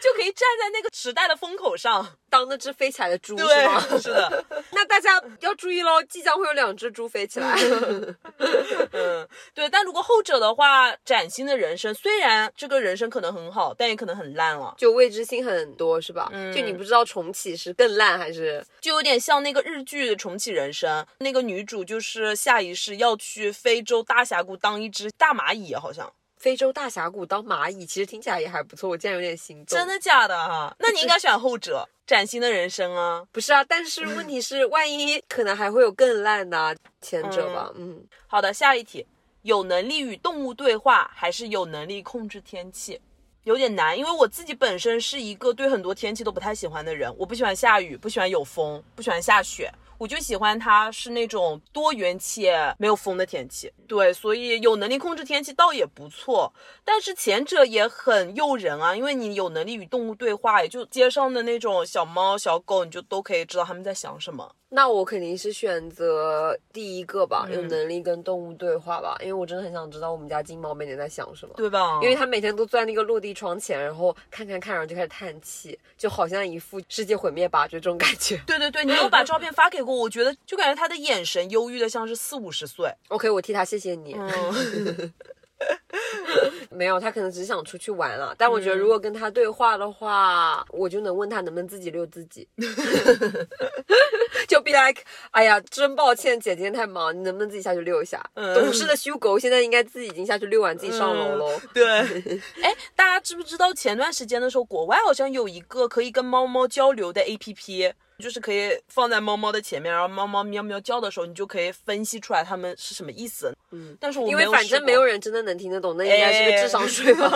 Speaker 1: 就可以站在那个时代的风口上。
Speaker 2: 当那只飞起来的猪是吗？
Speaker 1: 对，是的，
Speaker 2: 那大家要注意喽，即将会有两只猪飞起来。
Speaker 1: 嗯，对。但如果后者的话，崭新的人生，虽然这个人生可能很好，但也可能很烂了，
Speaker 2: 就未知性很多是吧？
Speaker 1: 嗯
Speaker 2: 就你不知道重启是更烂还是
Speaker 1: 就有点像那个日剧《重启人生》，那个女主就是下一世要去非洲大峡谷当一只大蚂蚁，好像。
Speaker 2: 非洲大峡谷当蚂蚁，其实听起来也还不错，我竟然有点心动。
Speaker 1: 真的假的啊？那你应该选后者， 崭新的人生啊。
Speaker 2: 不是啊，但是问题是，万一可能还会有更烂的、
Speaker 1: 嗯
Speaker 2: 啊、前者吧？嗯，
Speaker 1: 好的，下一题，有能力与动物对话，还是有能力控制天气？有点难，因为我自己本身是一个对很多天气都不太喜欢的人，我不喜欢下雨，不喜欢有风，不喜欢下雪。我就喜欢它是那种多云且没有风的天气，对，所以有能力控制天气倒也不错。但是前者也很诱人啊，因为你有能力与动物对话，也就街上的那种小猫小狗，你就都可以知道它们在想什么。
Speaker 2: 那我肯定是选择第一个
Speaker 1: 嗯
Speaker 2: 吧，有能力跟动物对话吧，因为我真的很想知道我们家金毛每天在想什么，
Speaker 1: 对哦吧？
Speaker 2: 因为它每天都坐在那个落地窗前，然后看看看，然后就开始叹气，就好像一副世界毁灭吧，就这种感觉。
Speaker 1: 对对对，你有把照片发给过我，我觉得就感觉他的眼神忧郁的像是四五十岁。
Speaker 2: OK，我替他谢谢你。
Speaker 1: 嗯
Speaker 2: 没有，他可能只是想出去玩了。但我
Speaker 1: 嗯
Speaker 2: 觉得如果跟他对话的话，我就能问他能不能自己溜自 己， 就 be like，哎呀，真抱歉，姐今天太忙，你能不能自己下去溜一下？
Speaker 1: 嗯
Speaker 2: 懂事的修狗现在应该自己已经下去溜完，自己上楼喽。
Speaker 1: 对， 哎，大家知不知道前段时间的时候，国外好像有一个可以跟猫猫交流的 APP，就是可以放在猫猫的前面，然后猫猫喵喵叫的时候，你就可以分析出来它们是什么意思。嗯，但是我
Speaker 2: 因为
Speaker 1: 有
Speaker 2: 反
Speaker 1: 试
Speaker 2: 正
Speaker 1: 过哎
Speaker 2: 没有人真的能听得懂，那应该是个智商税吧。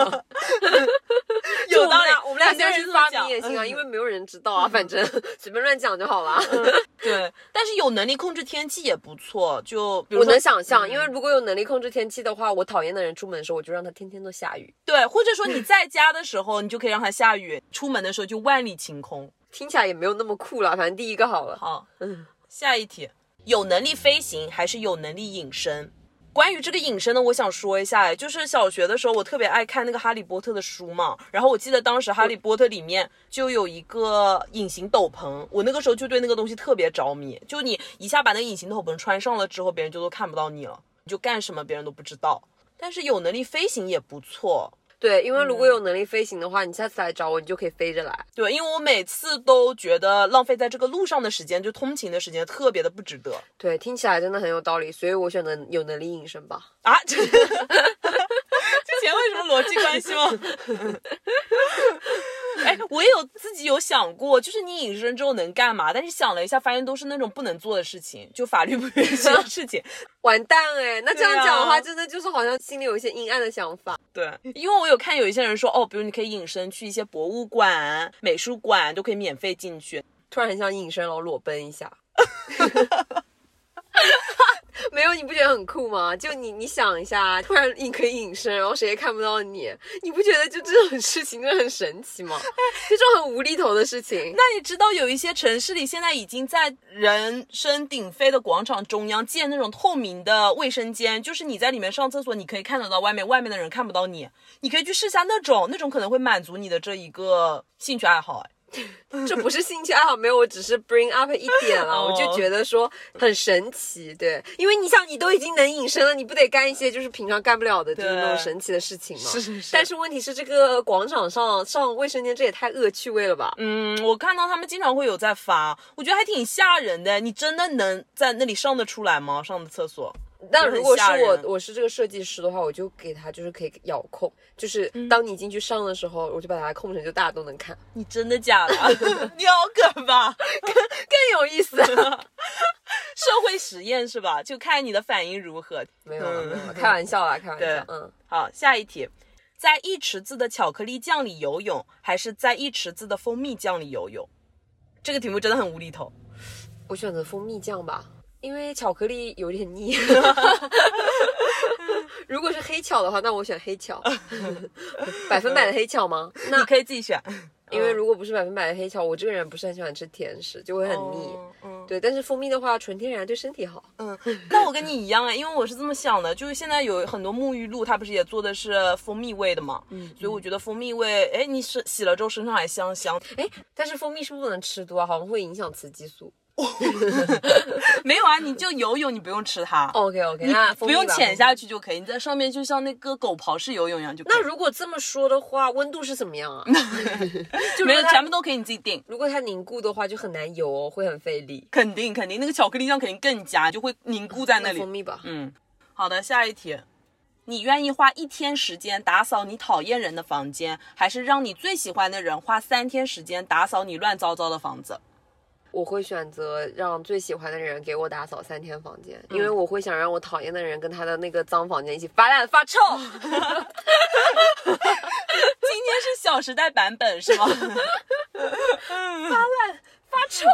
Speaker 2: 就
Speaker 1: 有
Speaker 2: 我们
Speaker 1: 道理
Speaker 2: 俩，，我们俩
Speaker 1: 很多
Speaker 2: 现在
Speaker 1: 人
Speaker 2: 去
Speaker 1: 这么
Speaker 2: 发明
Speaker 1: 讲嗯
Speaker 2: 也行啊，因
Speaker 1: 为
Speaker 2: 为没有人知道啊，反正 随便乱讲就好了。
Speaker 1: 嗯对，但是有能力控制天气也不错，就比如
Speaker 2: 我
Speaker 1: 说
Speaker 2: 能想
Speaker 1: 嗯
Speaker 2: 象，因为如果有能力控制天气的话，我讨厌的人出门的时候，我就让他天天都下雨。
Speaker 1: 对，或者说你在家的时候，你就可以让它下雨，出门的时候就万里晴空。
Speaker 2: 听起来也没有那么酷了，反正第一个好了。
Speaker 1: 好，嗯，下一题，有能力飞行还是有能力隐身？关于这个隐身呢，我想说一下，就是小学的时候，我特别爱看那个《哈利波特》的书嘛，然后我记得当时《哈利波特》里面就有一个隐形斗篷，我那个时候就对那个东西特别着迷，就你一下把那个隐形斗篷穿上了之后，别人就都看不到你了，你就干什么别人都不知道。但是有能力飞行也不错，
Speaker 2: 对，因为如果有能力飞行的话，你下次来找我，你就可以飞着来。
Speaker 1: 对，因为我每次都觉得浪费在这个路上的时间，就通勤的时间特别的不值得。
Speaker 2: 对，听起来真的很有道理，所以我选择有能力隐身吧。
Speaker 1: 啊， 这之前为什么逻辑关系吗？ 哎，我也有自己有想过，就是你隐身之后能干嘛？但是想了一下，发现都是那种不能做的事情，就法律不允许的事情。
Speaker 2: 完蛋哎，那这样
Speaker 1: 对啊
Speaker 2: 讲的话，真的就是好像心里有一些阴暗的想法。
Speaker 1: 对，因为我有看有一些人说，哦，比如你可以隐身去一些博物馆、美术馆，都可以免费进去。
Speaker 2: 突然很想隐身，然后裸奔一下。 没有，你不觉得很酷吗？就你，你想一下，突然你可以隐身，然后谁也看不到你，你不觉得就这种事情真的很神奇吗？就这种很无厘头的事情。
Speaker 1: 那你知道有一些城市里现在已经在人声鼎沸的广场中央建那种透明的卫生间，就是你在里面上厕所，你可以看得到外面，外面的人看不到你。你可以去试下那种，那种可能会满足你的这一个兴趣爱好。哎，
Speaker 2: 这不是兴趣爱好，没有，我只是 bring up 一点了，
Speaker 1: 哦
Speaker 2: 我就觉得说很神奇，对，因为你想，你都已经能隐身了，你不得干一些就是平常干不了的，就是那种
Speaker 1: 对
Speaker 2: 神奇的事情吗？
Speaker 1: 是
Speaker 2: 但是问题是，这个广场上上卫生间，这也太恶趣味了吧？
Speaker 1: 嗯，我看到他们经常会有在发，我觉得还挺吓人的。你真的能在那里上得出来吗？上的厕所？
Speaker 2: 但如果是
Speaker 1: 很嗯吓
Speaker 2: 我
Speaker 1: 人，
Speaker 2: 我是这个设计师的话，我就给他就是可以遥控，就是
Speaker 1: 嗯
Speaker 2: 当你进去上的时候，我就把它控成就大家都能看，
Speaker 1: 你真的 假的？你好可怕！
Speaker 2: 更有意思。
Speaker 1: 社会实验是吧？就看你的反应如何。
Speaker 2: 没有了，没有了，
Speaker 1: 嗯
Speaker 2: 开玩笑啦，开玩
Speaker 1: 对
Speaker 2: 笑，嗯。
Speaker 1: 好，下一题，在一池子的巧克力酱里游泳，还是在一池子的蜂蜜酱里游泳？这个题目真的很无厘头。
Speaker 2: 我选择蜂蜜酱吧，因为巧克力有点 腻。如果是黑巧的话，那我选 黑巧，百分百的黑巧吗？
Speaker 1: 你
Speaker 2: 那
Speaker 1: 可以自己选，
Speaker 2: 因
Speaker 1: 嗯
Speaker 2: 为如果不是百分百的黑巧，我这个人不是很喜欢吃甜食，就会很腻。
Speaker 1: 嗯
Speaker 2: 对，但是蜂蜜的话，纯天然对身体好。
Speaker 1: 嗯，那我跟你一样哎，因为我是这么想的，就是现在有很多沐浴露，它不是也做的是蜂蜜味的嘛，嗯，所以我觉得蜂蜜味，哎，你是洗了之后身上还香香，
Speaker 2: 哎，但是蜂蜜是不能吃多啊，好像会影响雌激素。
Speaker 1: 没有啊，你就游泳，你不用吃它，
Speaker 2: OK OK，
Speaker 1: 你
Speaker 2: 那
Speaker 1: 不用潜下去
Speaker 2: 去。
Speaker 1: 就可以，你在上面就像那个狗刨式游泳一样就可以，
Speaker 2: 那如果这么说的话，温度是怎么样 啊？就
Speaker 1: 没
Speaker 2: 如
Speaker 1: 有
Speaker 2: 果它
Speaker 1: 全部都可以你自己定。
Speaker 2: 如果它凝固的话，就很难游哦，会很费力。
Speaker 1: 肯定肯定，那个巧克力酱肯定更夹，就会凝固在那
Speaker 2: 那
Speaker 1: 里。
Speaker 2: 蜂蜜吧。
Speaker 1: 嗯，好的，下一题，你愿意花一天时间打扫你讨厌人的房间，还是让你最喜欢的人花三天时间打扫你乱糟糟的房子？
Speaker 2: 我会选择让最喜欢的人给我打扫三天房间，因
Speaker 1: 嗯
Speaker 2: 为我会想让我讨厌的人跟他的那个脏房间一起发烂 发臭。
Speaker 1: 今天是《小时代》版本是吗？
Speaker 2: 发臭，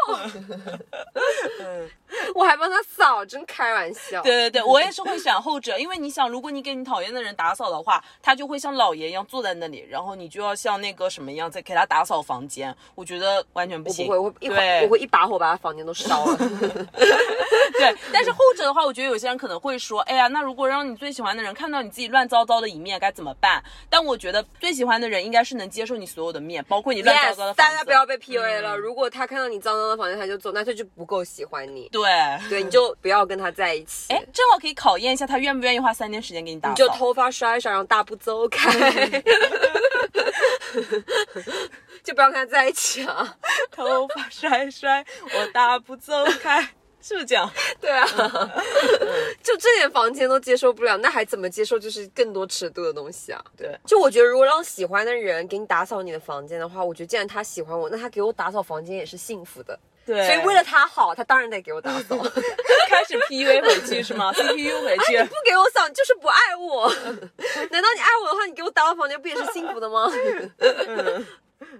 Speaker 2: 我还帮他扫，真开玩笑。
Speaker 1: 对对对，我也是会选后者，因为你想，如果你给你讨厌的人打扫的话，他就会像老爷一样坐在那里，然后你就要像那个什么一样再给他打扫房间，我觉得完全不
Speaker 2: 我
Speaker 1: 行。
Speaker 2: 不会，我会一把
Speaker 1: 对
Speaker 2: 我会一把火把他房间都烧了。
Speaker 1: 对，但是后者的话，我觉得有些人可能会说，哎呀，那如果让你最喜欢的人看到你自己乱糟糟的一面，该怎么办？但我觉得最喜欢的人应该是能接受你所有的面，包括你乱糟糟的
Speaker 2: yes，
Speaker 1: 房
Speaker 2: 大
Speaker 1: 子。嗯
Speaker 2: 家不要被 PUA 了。如果他看到你脏脏的房间他就走，那他就不够喜欢你。
Speaker 1: 对，
Speaker 2: 对，你就不要跟他在一起。
Speaker 1: 哎，正好可以考验一下他愿不愿意花三天时间给你打扫。嗯
Speaker 2: 你就头发刷一刷，让大步走开， 就不要跟他在一起啊。
Speaker 1: 头发甩甩，我大步走开， 是不是这样？
Speaker 2: 对啊，就这点房间都接受不了，那还怎么接受就是更多尺度的东西啊？
Speaker 1: 对，
Speaker 2: 就我觉得，如果让喜欢的人给你打扫你的房间的话，我觉得既然他喜欢我，那他给我打扫房间也是幸福的。
Speaker 1: 对
Speaker 2: 所以为了他好，他当然得给我打扫。
Speaker 1: 开始 PUA 回去是吗？CPU 回去。
Speaker 2: 不给我扫，你就是不爱我。难道你爱我的话，你给我打扫房间不也是幸福的吗？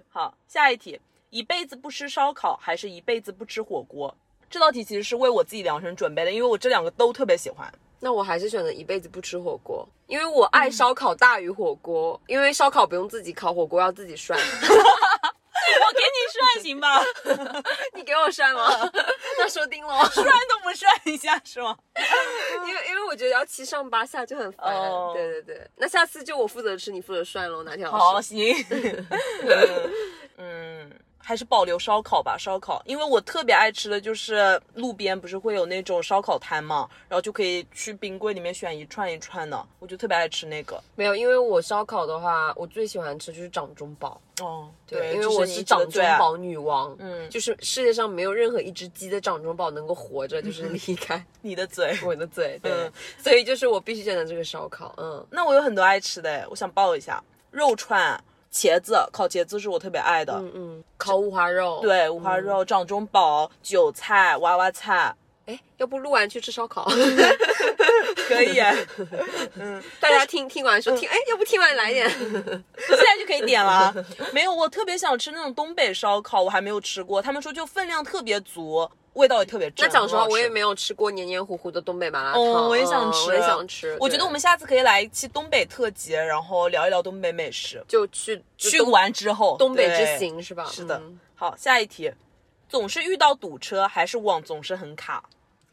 Speaker 1: 好，下一题，一辈子不吃烧烤还是一辈子不吃火锅？这道题其实是为我自己量身准备的，因为我这两个都特别喜欢。
Speaker 2: 那我还是选择一辈子不吃火锅，因为我爱烧烤大于火锅，因为烧烤不用自己烤，火锅要自己涮。
Speaker 1: 我给你涮行吧，
Speaker 2: 你给我涮吗？那说定了，
Speaker 1: 涮都 不涮一下是吗？
Speaker 2: 因为因为我觉得要七上八下就很烦。
Speaker 1: 哦
Speaker 2: 对对对，那下次就我负责吃，你负责涮喽，哪天
Speaker 1: 好，
Speaker 2: 好吃？
Speaker 1: 行， 嗯，还是保留烧烤吧，烧烤，因为我特别爱吃的就是路边不是会有那种烧烤摊嘛，然后就可以去冰柜里面选一串一串的，我就特别爱吃那个。
Speaker 2: 没有，因为我烧烤的话，我最喜欢吃就是掌中宝。
Speaker 1: 哦，
Speaker 2: 因为
Speaker 1: 这
Speaker 2: 我
Speaker 1: 你
Speaker 2: 是
Speaker 1: 一直的
Speaker 2: 掌
Speaker 1: 最
Speaker 2: 中
Speaker 1: 爱
Speaker 2: 宝女王，
Speaker 1: 嗯
Speaker 2: 就是世界上没有任何一只鸡的掌中宝能够 活着，就是离开
Speaker 1: 你的嘴。
Speaker 2: 我的嘴，对，
Speaker 1: 嗯
Speaker 2: 所以就是我必须选择这个烧烤，嗯，
Speaker 1: 那我有很多爱吃的，我想报一下肉串、茄子、烤茄子是我特别爱的。
Speaker 2: 嗯嗯，烤五花肉，，
Speaker 1: 对，五花肉、掌中宝、韭菜、娃娃菜，
Speaker 2: 哎，要不录完去吃 烧烤，
Speaker 1: 可以耶，
Speaker 2: 大家听听完
Speaker 1: 嗯
Speaker 2: 说听，哎，要不听完来一点，
Speaker 1: 现在就可以点 了。没有，我特别想吃那种东北烧烤，我还没有吃过。他们说就分量特别足，味道也特别正。
Speaker 2: 那讲实话，我也
Speaker 1: 没。
Speaker 2: 没有吃过黏黏糊糊的东北麻辣烫，
Speaker 1: 嗯，我也想
Speaker 2: 嗯
Speaker 1: 吃，
Speaker 2: 我也想吃，
Speaker 1: 我觉得
Speaker 2: 对
Speaker 1: 我们下次可以来一期东北特辑，然后聊一聊东北美食。
Speaker 2: 就去就
Speaker 1: 去
Speaker 2: 东
Speaker 1: 完之后，
Speaker 2: 东北
Speaker 1: 对
Speaker 2: 之行是吧？
Speaker 1: 是的
Speaker 2: 嗯，
Speaker 1: 好，下一题，总是遇到堵车，还是网总是很卡？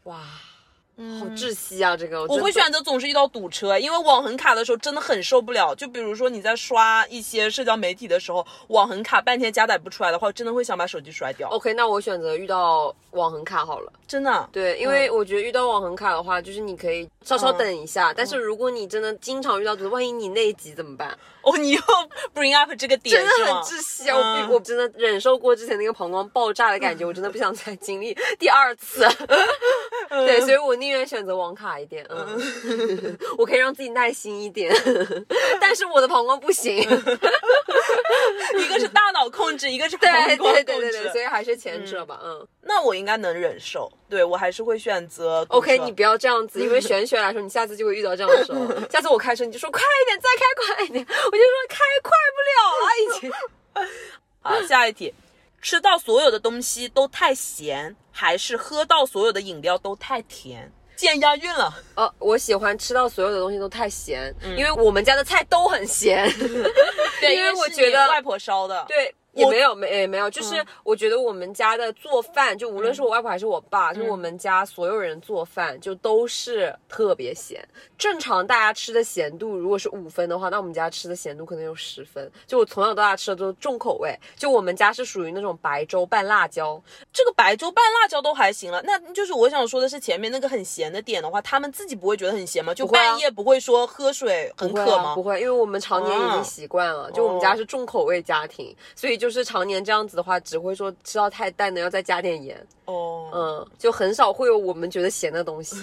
Speaker 2: 哇，好窒息啊，这个
Speaker 1: 我
Speaker 2: 真
Speaker 1: 会
Speaker 2: 的
Speaker 1: 选择总是遇到堵车，因为网很卡的时候真的很受不了。就比如说你在刷一些社交媒体的时候，网很卡，半天加载不出来的话，我真的会想把手机摔掉。
Speaker 2: OK，那我选择遇到网红卡好了。
Speaker 1: 真的，
Speaker 2: 对，因
Speaker 1: 嗯
Speaker 2: 为我觉得遇到网红卡的话，就是你可以稍稍等一下，但是如果你真的经常遇到，万一你那一集怎么办？
Speaker 1: 哦，你又 bring up 这个点
Speaker 2: 真的
Speaker 1: 是
Speaker 2: 很
Speaker 1: 吗？
Speaker 2: 窒息啊！我
Speaker 1: 嗯
Speaker 2: 比我真的忍受过之前那个膀胱爆炸的感 觉，我真的不想再经历第二次。
Speaker 1: 嗯
Speaker 2: 对，所以我宁愿选择网卡一点，嗯， 我可以让自己耐心一点，但是我的膀胱不行。
Speaker 1: 一个是大脑控制，一 个是膀胱
Speaker 2: 对
Speaker 1: 控制。
Speaker 2: 对对对对，所以还是前者吧，嗯。
Speaker 1: 那我应该能忍受，对我还是会选择堵
Speaker 2: OK，
Speaker 1: 车
Speaker 2: 你不要这样子，因 为玄学来说，你下次就会遇到这样的 时候。下次我开车，你就说快一点，再开快一点。我就说开快不了了，已 经。
Speaker 1: 好，下一题，吃到所有的东西都太咸，还是喝到所有的饮料都太甜？见押韵了。
Speaker 2: 呃，我喜欢吃到所有的东西都太咸，因为我们家的菜都很咸。
Speaker 1: 对
Speaker 2: 因为我
Speaker 1: 是
Speaker 2: 觉
Speaker 1: 你
Speaker 2: 得
Speaker 1: 外婆烧的，
Speaker 2: 对。也没有，没也没有，
Speaker 1: 嗯
Speaker 2: 就是我觉得我们家的做饭，就无论是我外婆还是我爸，
Speaker 1: 嗯
Speaker 2: 就我们家所有人做饭，就都是特别咸。正常大家吃的咸度如果是五分的话，那我们家吃的咸度可能有十分。就我从小到大吃的都是重口味，就我们家是属于那种白粥拌辣椒，
Speaker 1: 这个白粥拌辣椒都还行了，那就是我想说的是，前面那个很咸的点的话，他们自己不会觉得很咸吗？就
Speaker 2: 不会啊
Speaker 1: 半夜不会说喝水很
Speaker 2: 不会
Speaker 1: 渴
Speaker 2: 啊
Speaker 1: 吗？啊
Speaker 2: 不会，因为我们常年已经习惯了，就我们家是重口味家庭，所以就是常年这样子的话，只会说吃到太淡的要再加点盐，
Speaker 1: 哦，
Speaker 2: 嗯，就很少会有我们觉得咸的 东西，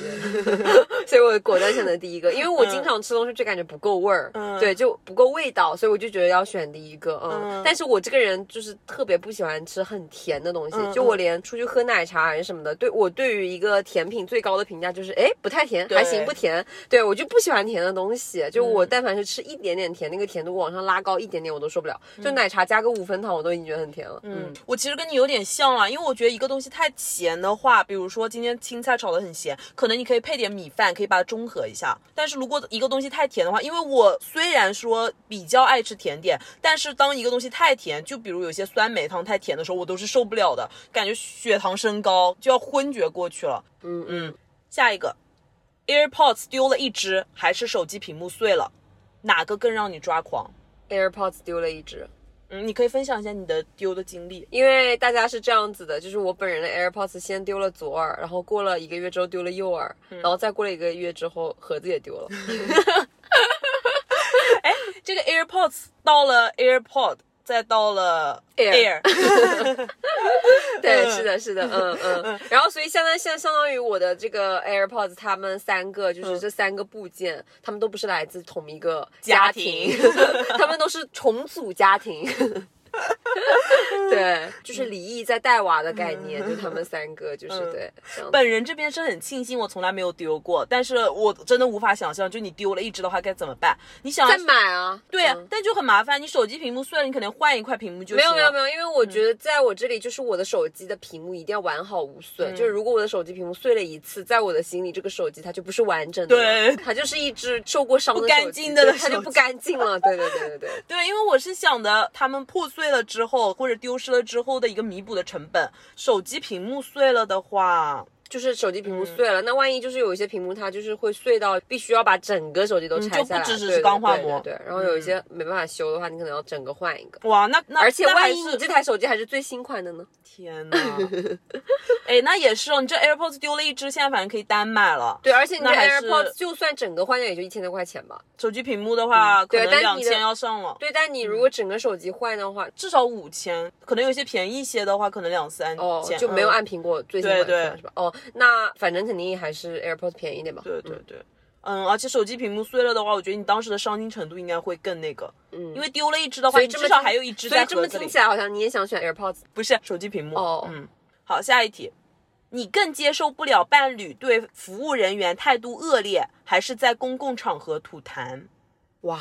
Speaker 2: 所以我果断选择第一个，因为我经常吃东西就感觉不够味儿，
Speaker 1: 嗯
Speaker 2: 对，就不够味道，所以我就觉得要选第一个，嗯，
Speaker 1: 嗯
Speaker 2: 但是我这个人就是特别不喜欢吃很甜的东西，
Speaker 1: 嗯
Speaker 2: 就我连出去喝奶茶还是什么的，对我对于一个甜品最高的评价就是，哎，不太甜，还行，
Speaker 1: 对嗯
Speaker 2: 不甜，对我就不喜欢甜的东西，就我但凡是吃一点点甜，那个甜度往上拉高一点点我都受不了，就奶茶加个五分糖我都已经觉得很甜了，嗯
Speaker 1: 嗯，我其实跟你有点像啦，因为我觉得一个东西太咸的话，比如说今天青菜炒得很咸，可能你可以配点米饭，可以把它中和一下。但是如果一个东西太甜的话，因为我虽然说比较爱吃甜点，但是当一个东西太甜，就比如有些酸梅汤太甜的时候，我都是受不了的，感觉血糖升高就要昏厥过去了。
Speaker 2: 嗯
Speaker 1: 嗯，下一个，AirPods 丢了一只，还是手机屏幕碎了，哪个更让你抓狂？
Speaker 2: ，AirPods 丢了一只。
Speaker 1: 嗯，你可以分享一下你的丢的经历。
Speaker 2: 因为大家是这样子的，就是我本人的 AirPods 先丢了左耳，然后过了一个月之后丢了右耳，
Speaker 1: 嗯
Speaker 2: 然后再过了一个月之后盒子也丢 了。
Speaker 1: 这个 AirPods 到了 AirPod，再到了
Speaker 2: Air
Speaker 1: Air，,
Speaker 2: 对，
Speaker 1: 嗯
Speaker 2: 是的，是的，嗯嗯。然后所以相当相相当于我的这个 AirPods，他们三个
Speaker 1: 嗯
Speaker 2: 就是这三个部件，他们都不是来自同一个家
Speaker 1: 家
Speaker 2: 庭
Speaker 1: 庭，
Speaker 2: 他们都是重组 家庭。对，就是离异再带娃的概念，就他们三个，就是
Speaker 1: 嗯
Speaker 2: 对这样子。
Speaker 1: 本人这边是很庆幸我从来没有丢过，但是我真的无法想象，就你丢了一只的话该怎么办？你想
Speaker 2: 再买啊，
Speaker 1: 对啊
Speaker 2: 嗯，
Speaker 1: 但就很麻烦，你手机屏幕碎了，你可能换一块屏幕就
Speaker 2: 没
Speaker 1: 行
Speaker 2: 有
Speaker 1: 了。嗯
Speaker 2: 没有没有，因为我觉得在我这里，就是我的手机的屏幕一定要完好无
Speaker 1: 嗯
Speaker 2: 损。就是如果我的手机屏幕碎了一次，在我的心里，这个手机它就不是完整的了，
Speaker 1: 对
Speaker 2: 它就是一只受过伤的
Speaker 1: 不干
Speaker 2: 手机
Speaker 1: 净的
Speaker 2: 对它就
Speaker 1: 手
Speaker 2: 不
Speaker 1: 机
Speaker 2: 干净了。对对对 对对，
Speaker 1: 对，因为我是想的，他们破碎了之后或者丢失了之后的一个弥补的成本。手机屏幕碎了的话，
Speaker 2: 就是手机屏幕碎
Speaker 1: 嗯
Speaker 2: 了，那万一就是有一些屏幕它就是会碎到必须要把整个手机都拆
Speaker 1: 嗯就
Speaker 2: 下来，
Speaker 1: 不只只
Speaker 2: 对
Speaker 1: 是
Speaker 2: 对
Speaker 1: 钢化
Speaker 2: 对对
Speaker 1: 膜
Speaker 2: 对然后有一些没办法修的话，你可能要整个换一个。
Speaker 1: 哇，那那
Speaker 2: 而且
Speaker 1: 那还
Speaker 2: 万一
Speaker 1: 是
Speaker 2: 你这台手机还是最新款的呢？
Speaker 1: 天 呐，哎，那也是哦，你这 AirPods 丢了一只，现在反正可以单买了。
Speaker 2: 对，而且你的
Speaker 1: 那还是
Speaker 2: AirPods 就算整个换掉也就一千多块钱吧。
Speaker 1: 手机屏幕的话，可
Speaker 2: 嗯对
Speaker 1: 能
Speaker 2: 但
Speaker 1: 两
Speaker 2: 你的
Speaker 1: 千要上了，
Speaker 2: 对，但你如果整个手机换的话，
Speaker 1: 至少五千，可能有些便宜些的话，可能两三
Speaker 2: 哦
Speaker 1: 千，，
Speaker 2: 就没有
Speaker 1: 嗯
Speaker 2: 按苹果最新款
Speaker 1: 对
Speaker 2: 算
Speaker 1: 对
Speaker 2: 是吧？哦，那反正肯定还是 AirPods 便宜一点吧。
Speaker 1: 对对对。嗯，而且手机屏幕碎了的话，我觉得你当时的伤心程度应该会更那个，嗯，因为丢了一只的话，
Speaker 2: 所以
Speaker 1: 你
Speaker 2: 这
Speaker 1: 至
Speaker 2: 么
Speaker 1: 少
Speaker 2: 听
Speaker 1: 还有一只
Speaker 2: 所以
Speaker 1: 在
Speaker 2: 这么
Speaker 1: 盒子
Speaker 2: 听
Speaker 1: 里
Speaker 2: 起，来好像你也想选 AirPods，
Speaker 1: 不是手机屏幕。
Speaker 2: 哦
Speaker 1: 嗯，好，下一题，你更接受不了伴侣对服务人员态度恶劣，还是在公共场合吐痰？
Speaker 2: 哇，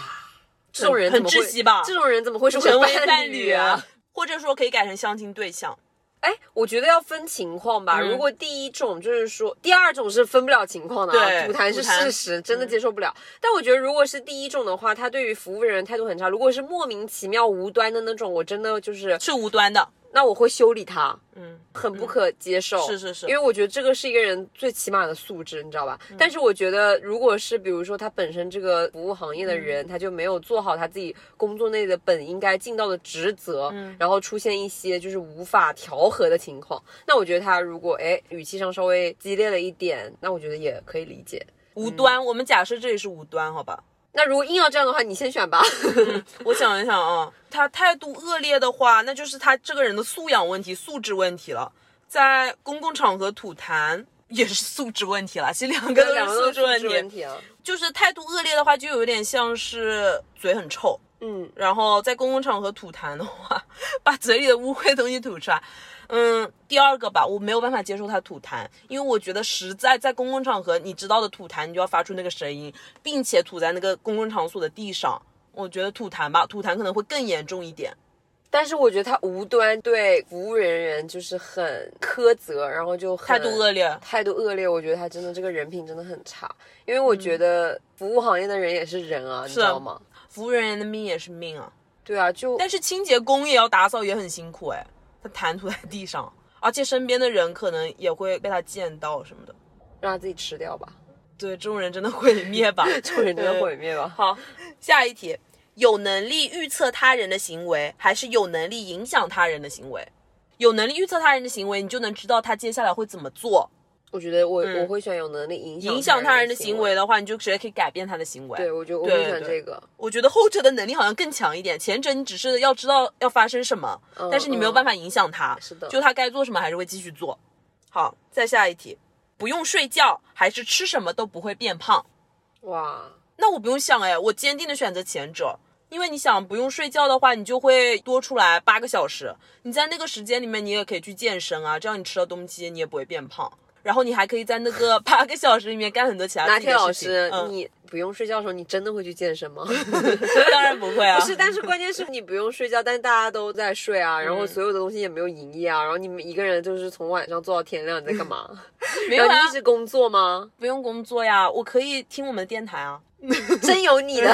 Speaker 2: 这种人
Speaker 1: 很
Speaker 2: 怎么
Speaker 1: 窒
Speaker 2: 会
Speaker 1: 息吧
Speaker 2: 这种人怎么会是
Speaker 1: 成为
Speaker 2: 伴
Speaker 1: 伴
Speaker 2: 侣
Speaker 1: 侣
Speaker 2: 啊？，
Speaker 1: 或者说可以改成相亲对象。
Speaker 2: 哎，我觉得要分情况吧。
Speaker 1: 嗯
Speaker 2: 如果第一种就是说，第二种是分不了情况的啊，
Speaker 1: 对
Speaker 2: 吐痰是
Speaker 1: 吐痰嗯
Speaker 2: 事实，真的接受不了。但我觉得如果是第一种的话，他对于服务人员态度很差，如果是莫名其妙无端的那种，我真的就是，
Speaker 1: 是无端的，
Speaker 2: 那我会修理他。
Speaker 1: 嗯，
Speaker 2: 很不可接受，
Speaker 1: 是是是
Speaker 2: 因为我觉得这个是一个人最起码的素质，你知道吧？但是我觉得，如果是比如说他本身这个服务行业的人，他就没有做好他自己工作内的本应该尽到的职责，然后出现一些就是无法调和的情况，那我觉得他如果哎语气上稍微激烈了一点，那我觉得也可以理解。
Speaker 1: 无端。我们假设这里是无端，好吧？
Speaker 2: 那如果硬要这样的话，你先 选吧。
Speaker 1: 我想一想啊，他态度恶劣的话，那就是他这个人的素养问题、素质问题了。在公共场合吐痰也是素质问题了，其实两个都
Speaker 2: 两个
Speaker 1: 是素
Speaker 2: 都是
Speaker 1: 质问
Speaker 2: 素质问
Speaker 1: 题。
Speaker 2: 题啊。
Speaker 1: 就是态度恶劣的话，就有点像是嘴很臭，
Speaker 2: 嗯，
Speaker 1: 然后在公共场合吐痰的话，把嘴里的污秽东西吐出来。嗯，第二个吧，我没有办法接受他吐痰，因为我觉得实在在公共场合，你知道的吐痰，你就要发出那个声音，并且吐在那个公共场所的地上。我觉得吐痰吧，吐痰可能会更严重一点。
Speaker 2: 但是我觉得他无端对服务人员就是很苛责，然后就很
Speaker 1: 态度恶劣，
Speaker 2: 态度恶劣，我觉得他真的这个人品真的很差，因为我
Speaker 1: 嗯
Speaker 2: 觉得服务行业的人也是人啊，你知
Speaker 1: 啊
Speaker 2: 道吗？
Speaker 1: 服务人员的命也是命啊。
Speaker 2: 对啊，就
Speaker 1: 但是清洁工也要打扫，也很辛苦哎。他痰吐在地上，而且身边的人可能也会被他溅到什么的。
Speaker 2: 让他自己吃掉吧，
Speaker 1: 对，这种人真的毁灭吧？
Speaker 2: 这种人真的毁灭吧。
Speaker 1: 好，下一题，有能力预测他人的行为，还是有能力影响他人的行为？有能力预测他人的行为，你就能知道他接下来会怎么做。
Speaker 2: 我觉得我、我会选有能力影
Speaker 1: 嗯
Speaker 2: 响
Speaker 1: 影响他人
Speaker 2: 人
Speaker 1: 的行
Speaker 2: 为
Speaker 1: 为。的话，你就直接可以改变他的行为。
Speaker 2: 对，我觉得我会
Speaker 1: 对
Speaker 2: 选
Speaker 1: 对
Speaker 2: 这个。
Speaker 1: 我觉得后者的能力好像更强一点，前者你只是要知道 要发生什么，
Speaker 2: 嗯
Speaker 1: 但是你没有办法影响他。
Speaker 2: 是的
Speaker 1: 就他该做什么还是会继续做。好，再下一题，不用睡觉还是吃什么都不会变胖。
Speaker 2: 嗯哇，
Speaker 1: 那我不用想哎，我坚定的选择前者，因为你想不用睡觉的话，你就会多出来八个小时，你在那个时间里面你也可以去健身啊，这样你吃了东西你也不会变胖，然后你还可以在那个 八个小时里面干很多其他
Speaker 2: 拿
Speaker 1: 自己
Speaker 2: 铁
Speaker 1: 的
Speaker 2: 老
Speaker 1: 事情。
Speaker 2: 师，
Speaker 1: 嗯、
Speaker 2: 你不用睡觉的时候，你真的会去健 身吗？
Speaker 1: 当然不会啊，
Speaker 2: 不是，但是关键是你不用睡觉，但是大家都在睡啊，然后
Speaker 1: 嗯
Speaker 2: 所有的东西也没有营业啊，然后你们一个人就是从晚上做到天亮，你在干嘛？
Speaker 1: 没有
Speaker 2: 然后
Speaker 1: 啊
Speaker 2: 你一，直工作吗？
Speaker 1: 不用工作呀，我可以听我们的电台啊。
Speaker 2: 真有你的，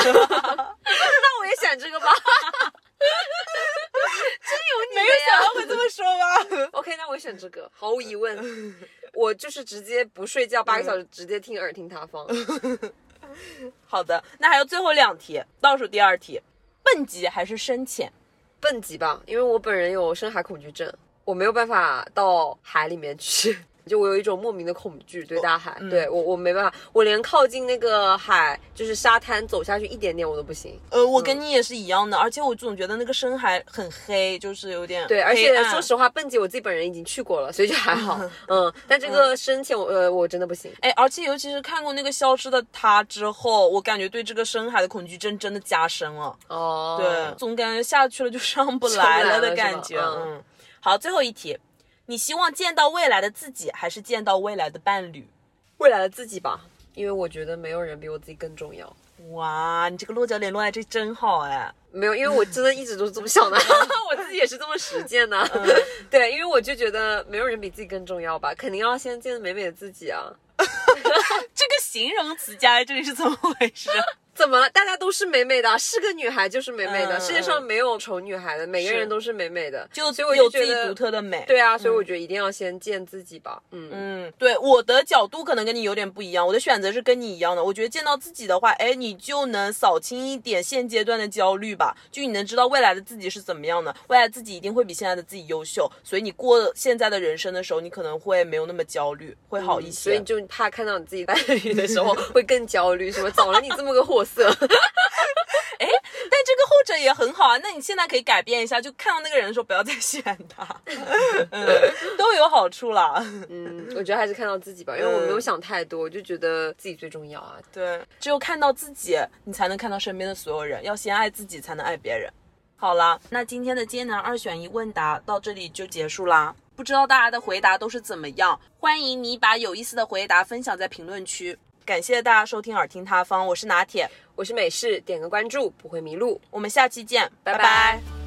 Speaker 2: 那我也选这个吧。真有你的呀
Speaker 1: 会这么说吧？
Speaker 2: ！OK，那我选这个，毫无疑问，我就是直接不睡觉八个小时，直接听耳听他方。
Speaker 1: 好的，那还有最后两题，倒数第二题，蹦极还是深潜？
Speaker 2: 蹦极吧，因为我本人有深海恐惧症，我没有办法到海里面去。 就我有一种莫名的恐惧对大海，对我我没办法，我连靠近那个海就是沙滩走下去一点点我都不行。
Speaker 1: 呃，我跟你也是一样的，而且我总觉得那个深海很黑，就是有点
Speaker 2: 对，而
Speaker 1: 黑
Speaker 2: 且
Speaker 1: 暗
Speaker 2: 说实话，蹦极我自己本人已经去过了，所以就 还好。嗯，但这个深潜我呃我真的不行。
Speaker 1: 哎，而且尤其是看过那个《消失的她》之后，我感觉对这个深海的恐惧症真的加深了。
Speaker 2: 哦，
Speaker 1: 对，总感觉下去了就上不
Speaker 2: 不
Speaker 1: 来
Speaker 2: 来
Speaker 1: 了
Speaker 2: 了
Speaker 1: 的
Speaker 2: 是
Speaker 1: 感
Speaker 2: 吧
Speaker 1: 觉。
Speaker 2: 嗯
Speaker 1: 嗯，好，最后一题，你希望见到未来的自己，还是见到未来的伴侣？
Speaker 2: 未来的自己吧，因为我觉得没有人比我自己更重要。
Speaker 1: 哇，你这个落脚点落在这真好哎。
Speaker 2: 没有，因为我真的一直都是这么 想的，我自己也是这么实践的。
Speaker 1: 嗯
Speaker 2: 对，因为我就觉得没有人比自己更重要吧，肯定要先见美美的自己啊。
Speaker 1: 这个形容词加在这里是怎么回事？
Speaker 2: 怎么了？大家都是美美的，是个女孩就是美美的，
Speaker 1: 嗯
Speaker 2: 世界上没有丑女孩的，每个
Speaker 1: 是
Speaker 2: 人都是美美的。
Speaker 1: 就
Speaker 2: 所以我
Speaker 1: 有
Speaker 2: 就
Speaker 1: 自
Speaker 2: 觉
Speaker 1: 己
Speaker 2: 得
Speaker 1: 独。特嗯的美。
Speaker 2: 对啊，所以我觉得一定要先见自己吧。嗯，
Speaker 1: 嗯，对，我的角度可能跟你有点不一样，我的选择是跟你一样的。我觉得见到自己的话，哎，你就能扫清一点现阶段的焦虑吧，就你能知道未来的自己是怎么样的，未来自己一定会比现在的自己优秀，所以你过现在的人生的时候，你可能会没有那么焦虑，会好一
Speaker 2: 嗯所
Speaker 1: 些。
Speaker 2: 以就怕看到你自己伴侣的时候会更焦虑，什么找了你这么个 货色，
Speaker 1: 但这个后者也很好啊，那你现在可以改变一下，就看到那个人的时候不要再选他， 嗯，都有好处啦。
Speaker 2: 嗯，我觉得还是看到自己吧，因为
Speaker 1: 嗯
Speaker 2: 我没有想太多，我就觉得自己最重要啊。
Speaker 1: 对，只有看到自己，你才能看到身边的所有人。要先爱自己，才能爱别人。好啦，那今天的艰难二选一问答到这里就结束啦。不知道大家的回答都是怎么样？欢迎你把有意思的回答分享在评论区。感谢大家收听耳听他方，我是拿铁，
Speaker 2: 我是美式，点个关注不会迷路，
Speaker 1: 我们下期见，拜
Speaker 2: 拜拜
Speaker 1: 拜